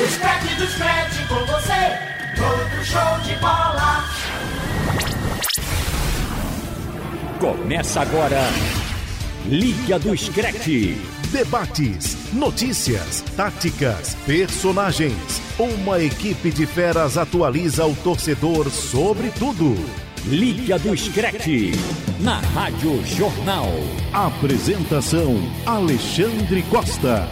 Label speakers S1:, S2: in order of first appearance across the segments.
S1: O Scratch do Scratch com você, outro show de bola.
S2: Começa agora, Liga do Scratch.
S3: Debates, notícias, táticas, personagens. Uma equipe de feras atualiza o torcedor sobre tudo.
S2: Liga do Scratch, na Rádio Jornal.
S3: Apresentação: Alexandre Costa.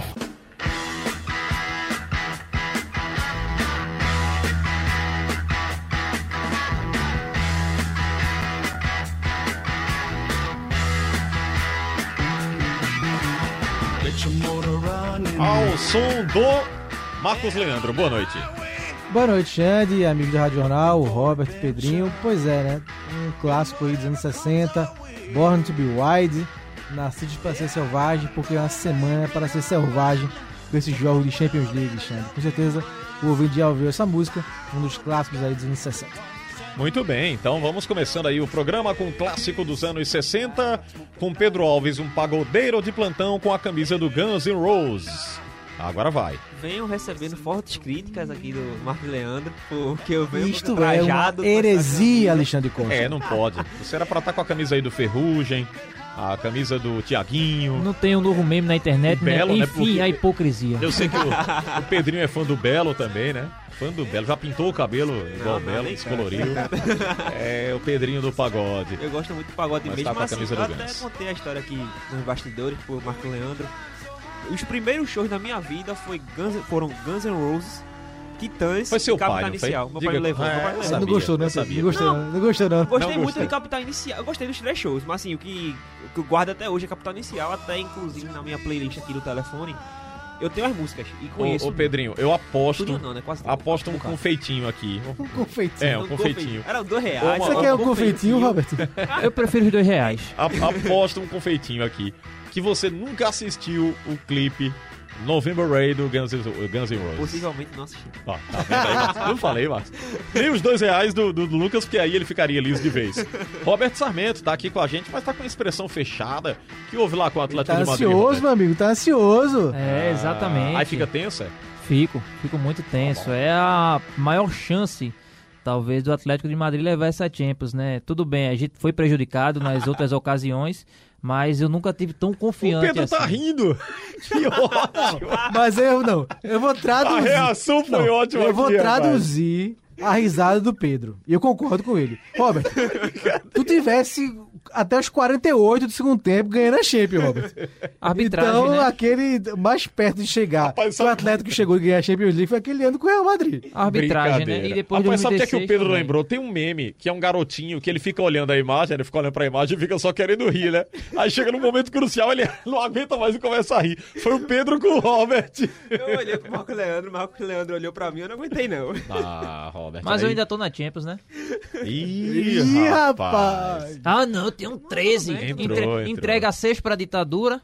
S4: Ao som do Marcos Leandro. Boa noite.
S5: Boa noite, Xande, amigo da Rádio Jornal, Robert, Pedrinho. Pois é, né? Um clássico aí dos anos 60, Born to be Wild, Nascidos para ser Selvagem, porque é uma semana para ser selvagem com esses jogos de Champions League, Xande. Com certeza o ouvinte já ouviu essa música, um dos clássicos aí dos anos 60.
S4: Muito bem, então vamos começando aí o programa com um clássico dos anos 60, com Pedro Alves, um pagodeiro de plantão com a camisa do Guns N' Roses. Agora vai.
S6: Venho recebendo fortes críticas aqui do Marcos Leandro, porque eu venho
S5: Isto é uma
S6: um trajado.
S5: heresia, Alexandre Costa.
S4: É, não pode. Você era pra estar com a camisa aí do Ferrugem, a camisa do Tiaguinho.
S7: Não tem um novo meme na internet,
S4: O Belo, né,
S7: né? Enfim,
S4: porque-
S7: a hipocrisia.
S4: Eu sei que o, o Pedrinho é fã do Belo também, né? Fã do Belo. Já pintou o cabelo igual o
S6: não,
S4: Belo,
S6: nem
S4: descoloriu. É o Pedrinho do pagode.
S6: Eu gosto muito do pagode
S4: Mas
S6: mesmo,
S4: tá com a
S6: assim,
S4: camisa
S6: eu
S4: do
S6: até
S4: Guns.
S6: contei a história aqui nos bastidores por Marco Leandro. Os primeiros shows da minha vida foi Guns- foram Guns N' Roses, Titãs
S4: Foi seu
S6: e Capital
S4: pai, não foi?
S6: Inicial. Meu pai
S4: Diga-
S6: me levou, meu
S4: Ah,
S6: pai me
S4: eu
S5: Você
S6: levou.
S5: não
S4: sabia,
S5: gostou, né?
S4: eu
S5: Você
S4: sabia.
S5: Não gostou, não, não gostou, não.
S4: Não
S6: Gostei muito
S4: gostei.
S6: de Capital Inicial. Eu gostei dos três shows, mas assim, o que, o que eu guardo até hoje é Capital Inicial, até inclusive na minha playlist aqui do telefone. Eu tenho as músicas e
S4: Ô,
S6: conheço.
S4: ô Pedrinho, eu aposto.
S6: tudo não, né? Quase tudo.
S4: Aposto um
S6: Pouca.
S4: confeitinho aqui.
S5: Um confeitinho.
S4: É, um confeitinho.
S6: Era dois reais.
S5: Você quer um confeitinho, Robert?
S7: Ah, Eu prefiro os dois reais.
S4: A- Aposto um confeitinho aqui. Que você nunca assistiu o clipe November Rain do Guns, N' Guns N' Roses.
S6: Possivelmente não assisti.
S4: Ó, tá vendo aí, Marcos? Não falei, Marcos. Nem os dois reais do, do Lucas, porque aí ele ficaria liso de vez. Roberto Sarmento tá aqui com a gente, mas tá com a expressão fechada. que houve lá com o Atlético
S5: Tá
S4: de Madrid? Roberto?
S5: ansioso, meu amigo, tá ansioso.
S7: É, exatamente.
S4: Aí fica é? tensa?
S7: Fico, fico muito tenso. É a maior chance, talvez, do Atlético de Madrid levar essa Champions, né? Tudo bem, a gente foi prejudicado nas outras ocasiões, mas eu nunca tive tão
S4: O
S7: confiante
S4: Pedro
S5: é
S7: assim.
S4: tá rindo. Que ótimo.
S5: Mas eu não. Eu vou
S4: A
S5: traduzir.
S4: reação foi
S5: Não,
S4: ótima
S5: Eu vou
S4: aqui, rapaz.
S5: traduzir a risada do Pedro. E eu concordo com ele. Robert, tu tivesse até os 48 do segundo tempo ganhando a Champions, Robert.
S7: Arbitragem,
S5: Então,
S7: né?
S5: aquele mais perto de chegar.
S4: Rapaz,
S5: o
S4: sabe-
S5: Atlético que chegou e ganhou a Champions League foi aquele ano com o Real Madrid.
S7: Arbitragem, né?
S4: Brincadeira.
S7: E depois
S4: Rapaz, sabe o que é
S7: 2016
S4: que o Pedro
S7: também.
S4: lembrou? Tem um meme que é um garotinho que ele fica olhando a imagem, ele fica olhando pra imagem e fica só querendo rir, né? Aí chega num momento crucial, ele não aguenta mais e começa a rir. Foi o Pedro com o Robert.
S6: Eu olhei pro Marco Leandro, o Marco Leandro olhou pra mim, eu não aguentei não.
S4: Ah, Robert.
S7: né? Mas eu ainda tô na Champions, né?
S4: Ih,
S5: Ih,
S4: rapaz.
S5: rapaz!
S7: Ah, não, eu tenho 13.
S4: Entrou,
S7: Entre-
S4: entrou.
S7: Entrega 6 pra ditadura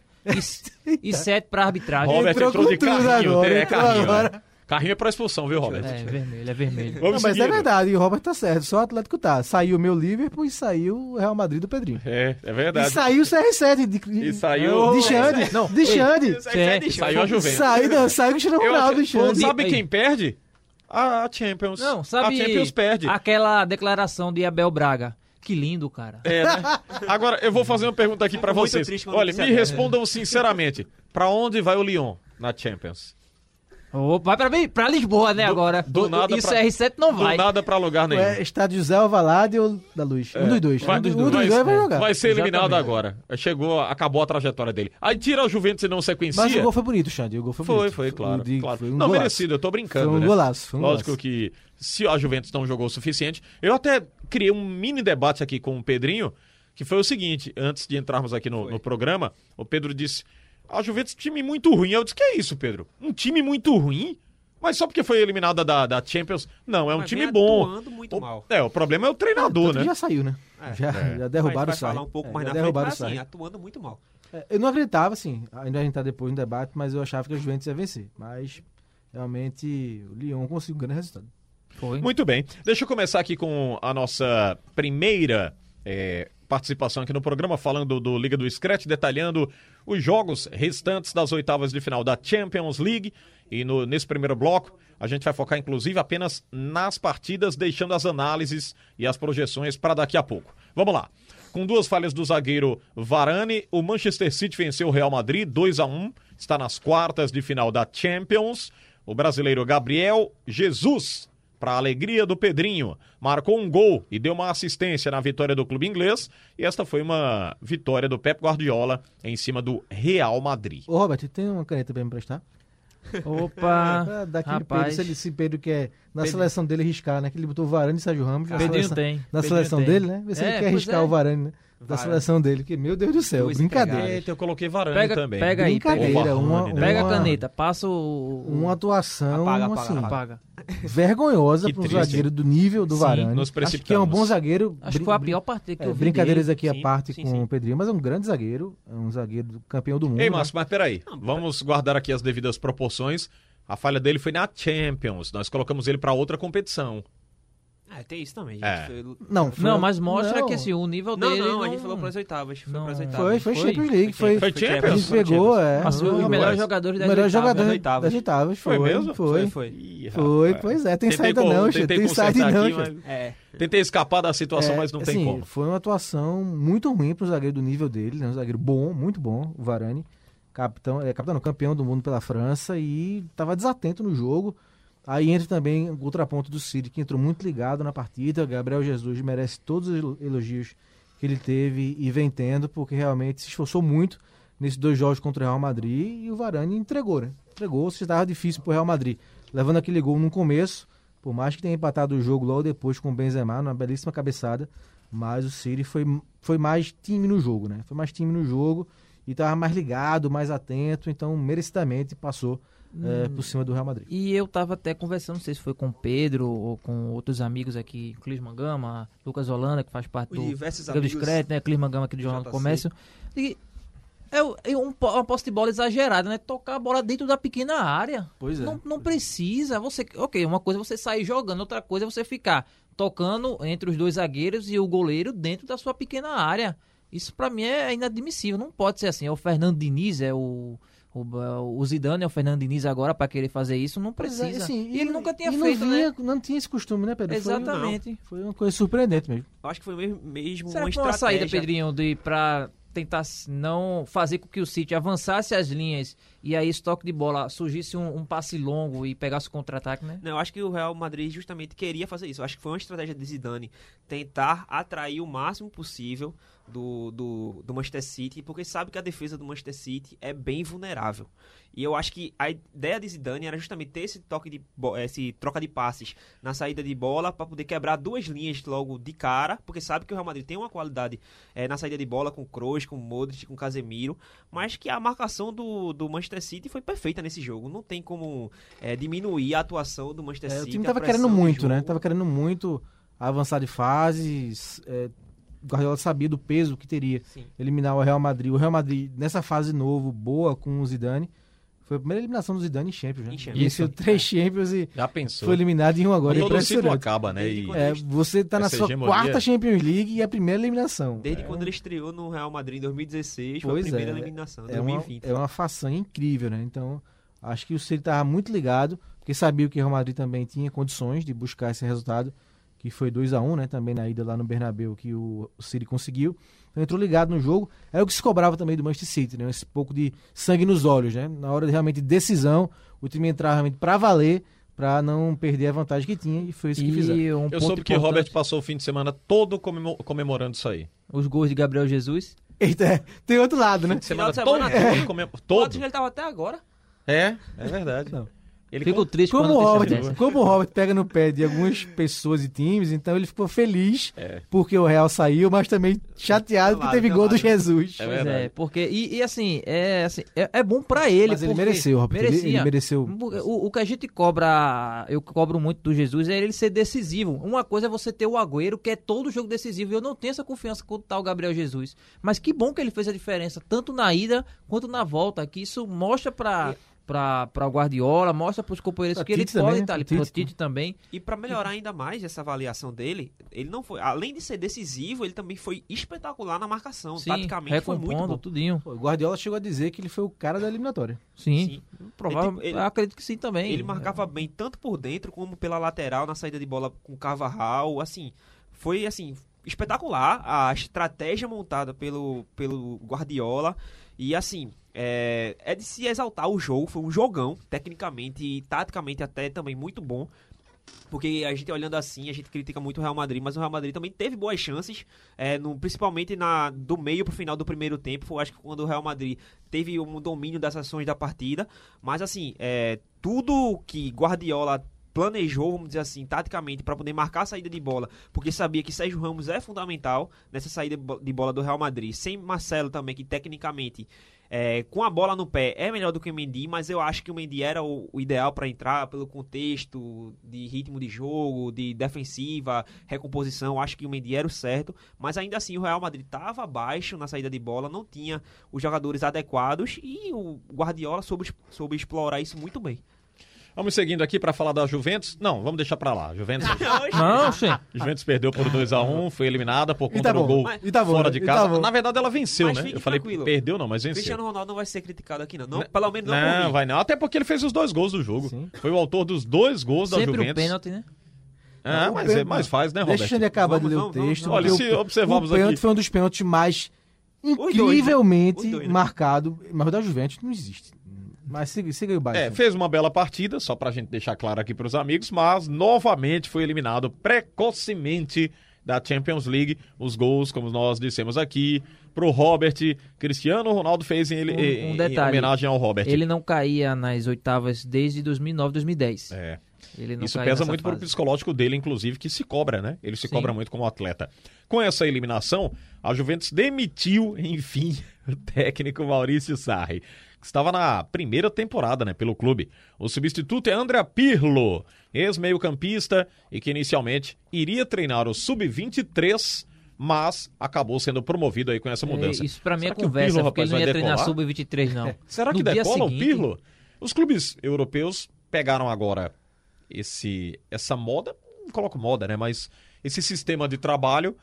S7: e, e 7 pra arbitragem.
S4: Robert entrou,
S5: Entrou com
S4: de
S5: tudo
S4: carrinho.
S5: agora,
S4: é,
S5: entrou
S4: carrinho,
S5: agora.
S4: né? Carrinho é pra expulsão, viu, Robert?
S7: É, vermelho, é vermelho.
S4: Vamos
S5: Não, mas é
S4: seguindo.
S5: verdade, e o Robert tá certo, só o Atlético tá. Saiu o meu Liverpool e saiu o Real Madrid do Pedrinho.
S4: É, é
S5: E
S4: verdade.
S5: saiu o CR7 de,
S4: E saiu-
S5: de Xande. Não, de Xande.
S4: Saiu a Juventus.
S5: Saiu, não, saiu o Cristiano
S4: Eu
S5: Ronaldo,
S4: achei-
S5: Xande.
S4: Sabe
S7: Aí.
S4: quem perde? A Champions.
S7: Não, sabe
S4: A Tá, Champions perde.
S7: aquela declaração de Abel Braga? Que lindo, cara.
S4: É, né? Agora, eu vou fazer uma pergunta aqui pra
S6: Fico muito
S4: vocês.
S6: triste quando
S4: Olha,
S6: você
S4: me
S6: abre.
S4: respondam sinceramente. Pra onde vai o Lyon na Champions?
S7: Ô, vai pra, mim- pra Lisboa, né, agora.
S4: do
S7: O-
S4: nada
S7: E o
S4: pra-
S7: CR7 não
S4: Do
S7: vai.
S4: nada pra lugar nenhum. É.
S5: É, estádio José Alvalade ou da Luz? Um dos dois.
S4: Vai- né?
S5: um dos, um dos dois vai jogar.
S4: Vai ser eliminado
S7: Exatamente.
S4: agora. Chegou, acabou a trajetória dele. Aí tira o Juventus e não sequencia.
S5: Mas o gol foi bonito, Xande. O gol foi bonito.
S4: Foi, foi, claro.
S5: O de-
S4: claro.
S5: foi um
S4: não,
S5: golaço.
S4: merecido, eu tô brincando.
S5: Foi um
S4: né?
S5: golaço, foi um
S4: Lógico
S5: golaço.
S4: que se a Juventus não jogou o suficiente. Eu até criei um mini debate aqui com o Pedrinho, que foi o seguinte: antes de entrarmos aqui no, no programa, o Pedro disse: a Juventus, é um time muito ruim. Eu disse: que é isso, Pedro? Um time muito ruim? Mas só porque foi eliminada da, da Champions. Não, é um
S6: Mas
S4: time
S6: vem
S4: bom.
S6: atuando muito
S4: o,
S6: mal.
S4: É, o problema é o
S5: Tanto
S4: treinador,
S5: que
S4: né? É.
S5: Já saiu, né? Já, já derrubaram o
S6: É. vai
S5: Sarri.
S6: falar um pouco
S5: É,
S6: mais
S5: já
S6: na frente,
S5: derrubaram o
S6: mas, assim,
S5: Sarri.
S6: atuando muito mal.
S5: É, Eu não acreditava, assim, ainda a gente tá depois no debate, mas eu achava que a Juventus ia vencer. Mas, realmente, o Lyon conseguiu um grande resultado.
S7: Foi.
S4: Muito bem. Deixa eu começar aqui com a nossa primeira eh, participação aqui no programa, falando do Liga do Scratch, detalhando os jogos restantes das oitavas de final da Champions League. E no- nesse primeiro bloco, a gente vai focar inclusive apenas nas partidas, deixando as análises e as projeções para daqui a pouco. Vamos lá. Com duas falhas do zagueiro Varane, o Manchester City venceu o Real Madrid 2 a 1 está nas quartas de final da Champions. O brasileiro Gabriel Jesus para a alegria do Pedrinho. Marcou um gol e deu uma assistência na vitória do clube inglês. E esta foi uma vitória do Pep Guardiola em cima do Real Madrid.
S5: Ô, Robert, tem uma caneta pra me emprestar?
S7: Opa,
S5: Pra dar É, aquele Pedro,
S7: Ah, rapaz.
S5: se ele, se Pedro quer, é na seleção dele, riscar, né? Que ele botou o Varane e Sérgio Ramos. Na
S7: Pedrinho
S5: seleção,
S7: tem,
S5: Na
S7: Pedrinho
S5: seleção
S7: tem.
S5: dele, né? Vê se ele
S7: É,
S5: quer
S7: pois
S5: riscar
S7: é.
S5: o Varane, né? Da
S6: Varane.
S5: seleção dele, que, meu Deus do céu,
S6: Duas
S5: brincadeira.
S4: Eita, eu coloquei Varane
S7: Pega-
S4: também.
S7: pega aí,
S5: Brincadeira,
S4: pega.
S5: uma,
S4: Ô, Varane,
S7: Pega a
S5: uma-
S7: caneta, passa o.
S5: Uma atuação
S6: Apaga, apaga,
S5: assim,
S7: Apaga.
S5: vergonhosa
S4: Que
S5: para um
S4: triste,
S5: zagueiro do nível do
S7: Sim,
S5: Varane. Acho
S4: nos
S5: que é um
S4: precipitamos.
S5: bom zagueiro.
S7: Acho que
S5: Brin-
S7: foi a pior partida que
S5: é,
S7: eu vi.
S5: brincadeiras aqui à
S6: Sim,
S5: parte
S6: sim,
S5: com
S6: sim.
S5: o Pedrinho, mas é um grande zagueiro, é um zagueiro campeão do mundo.
S4: Ei,
S5: né?
S4: Márcio, mas peraí. Vamos guardar aqui as devidas proporções. A falha dele foi na Champions. Nós colocamos ele para outra competição.
S6: Ah, tem isso também, gente.
S4: É.
S6: Foi-
S5: Não,
S7: Não, mas mostra
S5: Não.
S7: que assim, o nível
S6: Não,
S7: dele.
S6: não, a gente falou pras oitavas. Foi
S7: não.
S6: pras oitavas.
S5: Foi, foi,
S7: Foi?
S5: Champions League, foi.
S4: Foi
S5: A
S4: Champions?
S5: gente pegou, é.
S7: Passou os
S4: Não,
S7: melhores
S4: não.
S7: jogadores
S5: o
S7: da
S5: melhor jogador
S6: das
S5: das,
S6: oitavas.
S5: oitavas. Foi,
S4: Foi mesmo?
S5: Foi, foi.
S6: Foi.
S4: Ih, rapaz.
S5: pois é. Tem
S4: Tentei
S5: saída
S4: col-
S5: não, gente.
S4: tentei
S5: Tem saída
S4: consertar
S5: não,
S4: aqui,
S5: gente.
S4: mas-
S6: É.
S4: Tentei escapar da situação,
S5: É,
S4: mas não
S5: assim,
S4: tem como.
S5: Foi uma atuação muito ruim para o zagueiro do nível dele, né? Um zagueiro bom, muito bom, o Varane. Capitão, é, capitão não, campeão do mundo pela França e estava desatento no jogo. Aí entra também o contraponto do City, que entrou muito ligado na partida. Gabriel Jesus merece todos os elo- elogios que ele teve e vem tendo, porque realmente se esforçou muito nesses dois jogos contra o Real Madrid e o Varane entregou, né? Entregou, se estava difícil para o Real Madrid. Levando aquele gol no começo, por mais que tenha empatado o jogo logo depois com o Benzema, numa belíssima cabeçada, mas o City foi, foi mais time no jogo, né? Foi mais time no jogo e estava mais ligado, mais atento, então merecidamente passou
S7: Hum.
S5: eh, por cima do Real Madrid.
S7: E eu tava até conversando, não sei se foi com o Pedro ou com outros amigos aqui, Clisman Gama, Lucas Holanda, que faz parte
S6: Os
S7: do
S6: diversos
S7: Liga do
S6: amigos.
S7: Discreto, né? Clisman Gama aqui do Jornal do
S6: JC.
S7: Comércio. E é, o- é um, po- uma posse de bola exagerada, né? Tocar a bola dentro da pequena área.
S5: Pois é.
S7: Não, não precisa. Você, ok, uma coisa é você sair jogando, outra coisa é você ficar tocando entre os dois zagueiros e o goleiro dentro da sua pequena área. Isso pra mim é inadmissível. Não pode ser assim. É o Fernando Diniz, é o. O, o Zidane é o Fernando Diniz agora pra querer fazer isso, não
S5: Pois é,
S7: precisa.
S5: assim,
S7: e ele nunca tinha
S5: e
S7: feito,
S5: não
S7: né?
S5: vinha- Não tinha esse costume, né, Pedro? Foi-
S7: Exatamente.
S5: Foi, uma coisa surpreendente mesmo.
S6: Eu acho que foi mesmo, mesmo
S7: Será
S6: uma
S7: que foi uma
S6: estratégia.
S7: saída, Pedrinho, de para tentar s- não fazer com que o City avançasse as linhas e aí esse toque de bola surgisse um, um passe longo e pegasse o contra-ataque, né?
S6: Não, eu acho que o Real Madrid justamente queria fazer isso. Eu acho que foi uma estratégia de Zidane tentar atrair o máximo possível do, do, do Manchester City, porque sabe que a defesa do Manchester City é bem vulnerável. E eu acho que a ideia de Zidane era justamente ter esse toque de bo- esse troca de passes na saída de bola para poder quebrar duas linhas logo de cara, porque sabe que o Real Madrid tem uma qualidade eh, na saída de bola com Kroos, com Modric, com Casemiro, mas que a marcação do, do Manchester City foi perfeita nesse jogo. Não tem como eh, diminuir a atuação do Manchester
S5: É, o
S6: City.
S5: time
S6: a
S5: tava
S6: pressão
S5: querendo
S6: do
S5: muito,
S6: jogo.
S5: né? Tava querendo muito avançar de fases. É, o Guardiola sabia do peso que teria
S6: Sim.
S5: eliminar o Real Madrid. O Real Madrid, nessa fase novo, boa com o Zidane, foi a primeira eliminação do Zidane em Champions, né?
S6: Em Champions.
S5: Venceu
S6: Isso.
S5: três Champions e
S4: Já pensou?
S5: foi eliminado em um agora.
S4: Todo ciclo
S5: Impressionante.
S4: acaba, né? E-
S5: É, você tá na
S4: Essa
S5: sua
S4: hegemonia.
S5: quarta Champions League e a primeira eliminação.
S6: Desde quando ele estreou no Real Madrid em 2016,
S5: É. Pois
S6: foi a primeira
S5: é,
S6: eliminação,
S5: é uma,
S6: 2020.
S5: é uma façanha incrível, né? Então, acho que o City estava muito ligado, porque sabia que o Real Madrid também tinha condições de buscar esse resultado, que foi 2 a 1 né? Também na ida lá no Bernabéu que o o City conseguiu. Então, entrou ligado no jogo. Era o que se cobrava também do Manchester City, né? Esse pouco de sangue nos olhos, né? Na hora de realmente decisão, o time entrar realmente para valer, para não perder a vantagem que tinha, e foi isso que fizeram.
S7: E um ponto
S4: Eu soube que o
S7: importante,
S4: Robert passou o fim de semana todo comemo- comemorando isso aí.
S7: os gols de Gabriel Jesus.
S5: Eita, é, tem outro lado, né?
S4: Semana,
S6: de semana
S4: todo, todo, comem-
S6: Quantos
S4: todo.
S6: ele tava até agora?
S4: É, é verdade.
S5: Não.
S4: Ele
S7: Fico triste
S4: Tipo,
S5: Como
S7: quando
S5: o,
S7: tem
S5: Robert,
S4: né?
S7: dessa.
S5: como o Robert pega no pé de algumas pessoas e times, então ele ficou feliz
S4: É.
S5: porque o Real saiu, mas também chateado porque
S6: Calado,
S5: teve gol do
S6: calado.
S5: Jesus.
S4: É
S7: Pois
S4: verdade.
S7: é, porque. E, e assim, é, assim, é, é bom pra ele.
S5: mas ele
S7: porque
S5: mereceu, Robert. Ele- Ele,
S7: merecia.
S5: mereceu.
S7: O, o que a gente cobra, eu cobro muito do Jesus, é ele ser decisivo. Uma coisa é você ter o Agüero, que é todo jogo decisivo, e eu não tenho essa confiança quanto tá o Gabriel Jesus. Mas que bom que ele fez a diferença, tanto na ida quanto na volta, que isso mostra pra para o Guardiola, mostra para os companheiros
S5: Pra
S7: que ele
S5: Tite também,
S7: pode
S5: né?
S7: estar ali,
S5: Pra
S7: para
S5: Tite, né?
S7: Tite também.
S6: E pra melhorar ainda mais essa avaliação dele, ele não foi, além de ser decisivo, ele também foi espetacular na marcação.
S7: Sim,
S6: Taticamente foi muito
S7: recompondo
S6: bom.
S7: tudinho.
S5: Pô, o Guardiola chegou a dizer que ele foi o cara da eliminatória.
S7: Sim, provavelmente,
S6: Ele- ele-
S7: acredito que sim também.
S6: Ele marcava bem tanto por dentro como pela lateral na saída de bola com o Carvajal, assim, foi assim espetacular a estratégia montada pelo, pelo Guardiola e assim é, é de se exaltar o jogo, foi um jogão tecnicamente e taticamente até também muito bom. Porque a gente olhando assim, a gente critica muito o Real Madrid, mas o Real Madrid também teve boas chances, é, no- principalmente na, do meio pro final do primeiro tempo. Foi, acho que quando o Real Madrid teve um domínio das ações da partida. Mas assim, é, tudo que Guardiola planejou, vamos dizer assim, taticamente, para poder marcar a saída de bola, porque sabia que Sérgio Ramos é fundamental nessa saída bo- de bola do Real Madrid. Sem Marcelo também, que tecnicamente. é, com a bola no pé é melhor do que o Mendy, mas eu acho que o Mendy era o, o ideal para entrar pelo contexto de ritmo de jogo, de defensiva, recomposição. Acho que o Mendy era o certo, mas ainda assim o Real Madrid estava abaixo na saída de bola, não tinha os jogadores adequados e o Guardiola soube, soube explorar isso muito bem.
S4: Vamos seguindo aqui pra falar da Juventus. Não, vamos deixar pra lá. Juventus,
S7: É. Não, gente.
S4: Juventus perdeu por 2x1, foi eliminada por conta
S5: tá
S4: do
S5: bom,
S4: gol
S5: mas- e tá bom,
S4: fora de
S5: e tá
S4: casa.
S5: bom.
S4: Na verdade, ela venceu,
S6: Mas
S4: né?
S6: fique
S4: Eu falei,
S6: tranquilo.
S4: perdeu não, mas venceu.
S6: Cristiano Ronaldo não vai ser criticado aqui, não. não pelo menos não,
S4: Não,
S6: por mim.
S4: vai não. Até porque ele fez os dois gols do jogo. Foi o autor dos dois gols da
S7: Sempre o
S4: Juventus.
S7: pênalti, né?
S4: Ah, mas, é, mas faz, né, Roberto?
S5: Deixa ele acabar
S6: Vamos,
S5: de ler
S6: vamos,
S5: o texto.
S6: vamos,
S4: vamos.
S5: porque
S4: Olha, se
S5: o-
S4: observarmos
S5: o pênalti
S4: aqui-
S5: foi um dos pênaltis mais
S6: dois, né?
S5: incrivelmente
S6: Os dois, né?
S5: marcado. Mas o da Juventus não existe. Mas siga, siga aí o baixo.
S7: um-
S4: É, fez uma bela partida, só pra gente deixar claro aqui pros amigos, mas novamente foi eliminado precocemente da Champions League. Os gols, como nós dissemos aqui, pro Robert, Cristiano Ronaldo fez em, ele-
S7: Um-
S4: em-
S7: um
S4: em
S7: detalhe.
S4: homenagem ao Robert.
S7: Ele não caía nas oitavas desde 2009, 2010.
S4: É.
S7: Ele não
S4: Isso
S7: caía
S4: pesa
S7: nessa
S4: muito pro
S7: fase.
S4: psicológico dele, inclusive, que se cobra, né? Ele se
S7: Sim.
S4: cobra muito como atleta. Com essa eliminação, a Juventus demitiu, enfim, o técnico Maurício Sarri, que estava na primeira temporada, né, pelo clube. O substituto é André Pirlo, ex-meio-campista e que inicialmente iria treinar o sub-23, mas acabou sendo promovido aí com essa mudança.
S7: É, Isso pra mim
S4: Será
S7: é
S4: que o
S7: conversa,
S4: Pirlo,
S7: porque
S4: rapaz,
S7: ele não ia
S4: vai
S7: treinar
S4: decolar? É.
S7: sub-23, não.
S4: Será
S7: No
S4: que
S7: dia
S4: decola o
S7: seguinte-
S4: Pirlo? Os clubes europeus pegaram agora esse essa moda, não coloco moda, né, mas esse sistema de trabalho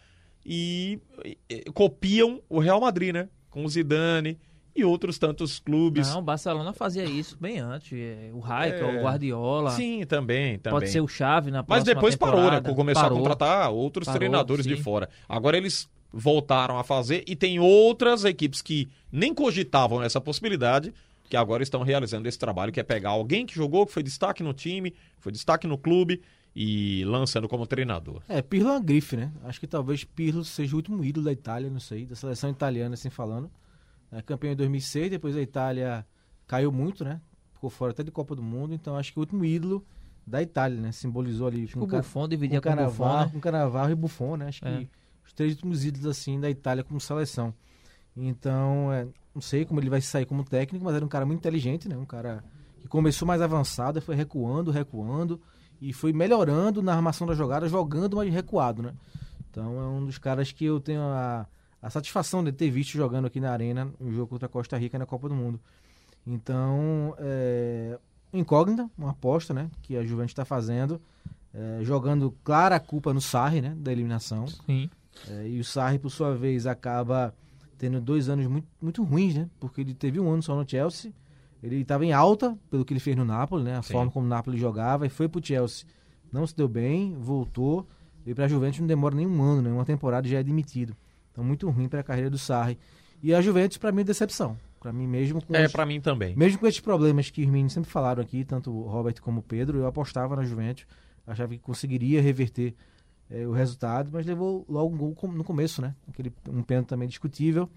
S4: e, e- e copiam o Real Madrid, né, com o Zidane e outros tantos clubes.
S7: Não, o Barcelona fazia isso bem antes. é, O Raika,
S4: É.
S7: o Guardiola.
S4: Sim, também, também.
S7: Pode ser o Chave na
S4: Mas
S7: próxima
S4: depois parou, né?
S7: temporada.
S4: Começou
S7: Parou.
S4: a contratar outros
S7: Parou,
S4: treinadores de
S7: sim.
S4: fora. Agora eles voltaram a fazer e tem outras equipes que nem cogitavam essa possibilidade que agora estão realizando esse trabalho, que é pegar alguém que jogou, que foi destaque no time, foi destaque no clube e lançando como treinador.
S5: É, Pirlo é uma grife, né? Acho que talvez Pirlo seja o último ídolo da Itália, não sei, da seleção italiana, assim falando. É, campeão em 2006, depois a Itália caiu muito, né? Ficou fora até de Copa do Mundo, então acho que o último ídulo da Itália, né? Simbolizou ali com
S7: O
S5: Ca-
S7: Buffon
S5: com
S7: dividia com o Buffon,
S5: Cannavaro,
S7: né?
S5: com Cannavaro um e Buffon, né? Acho
S7: É.
S5: que os três últimos ídolos, assim, da Itália como seleção. Então, é, não sei como ele vai sair como técnico, mas era um cara muito inteligente, né? Um cara que começou mais avançado, foi recuando, recuando, e foi melhorando na armação da jogada, jogando, mas recuado, né? Então, é um dos caras que eu tenho a, a satisfação de ter visto jogando aqui na Arena, um jogo contra a Costa Rica na Copa do Mundo. Então, é, incógnita, uma aposta, né? Que a Juventus está fazendo, é, jogando clara culpa no Sarri, né? Da eliminação.
S7: Sim.
S5: É, e o Sarri, por sua vez, acaba tendo dois anos muito, muito ruins, né? Porque ele teve um ano só no Chelsea. Ele estava em alta pelo que ele fez no Napoli, né? A forma como o Napoli jogava. E foi pro Chelsea. Não se deu bem, voltou. E pra Juventus não demora nem um ano, né? Uma temporada e já é demitido. Então, muito ruim para a carreira do Sarri. E a Juventus, para mim, é decepção. Para mim mesmo, com
S4: É,
S5: os-
S4: pra mim também.
S5: mesmo com esses problemas que os meninos sempre falaram aqui, tanto o Robert como o Pedro, eu apostava na Juventus, achava que conseguiria reverter eh, o resultado, mas levou logo um gol com- no começo, né? Aquele, um pênalti também discutível.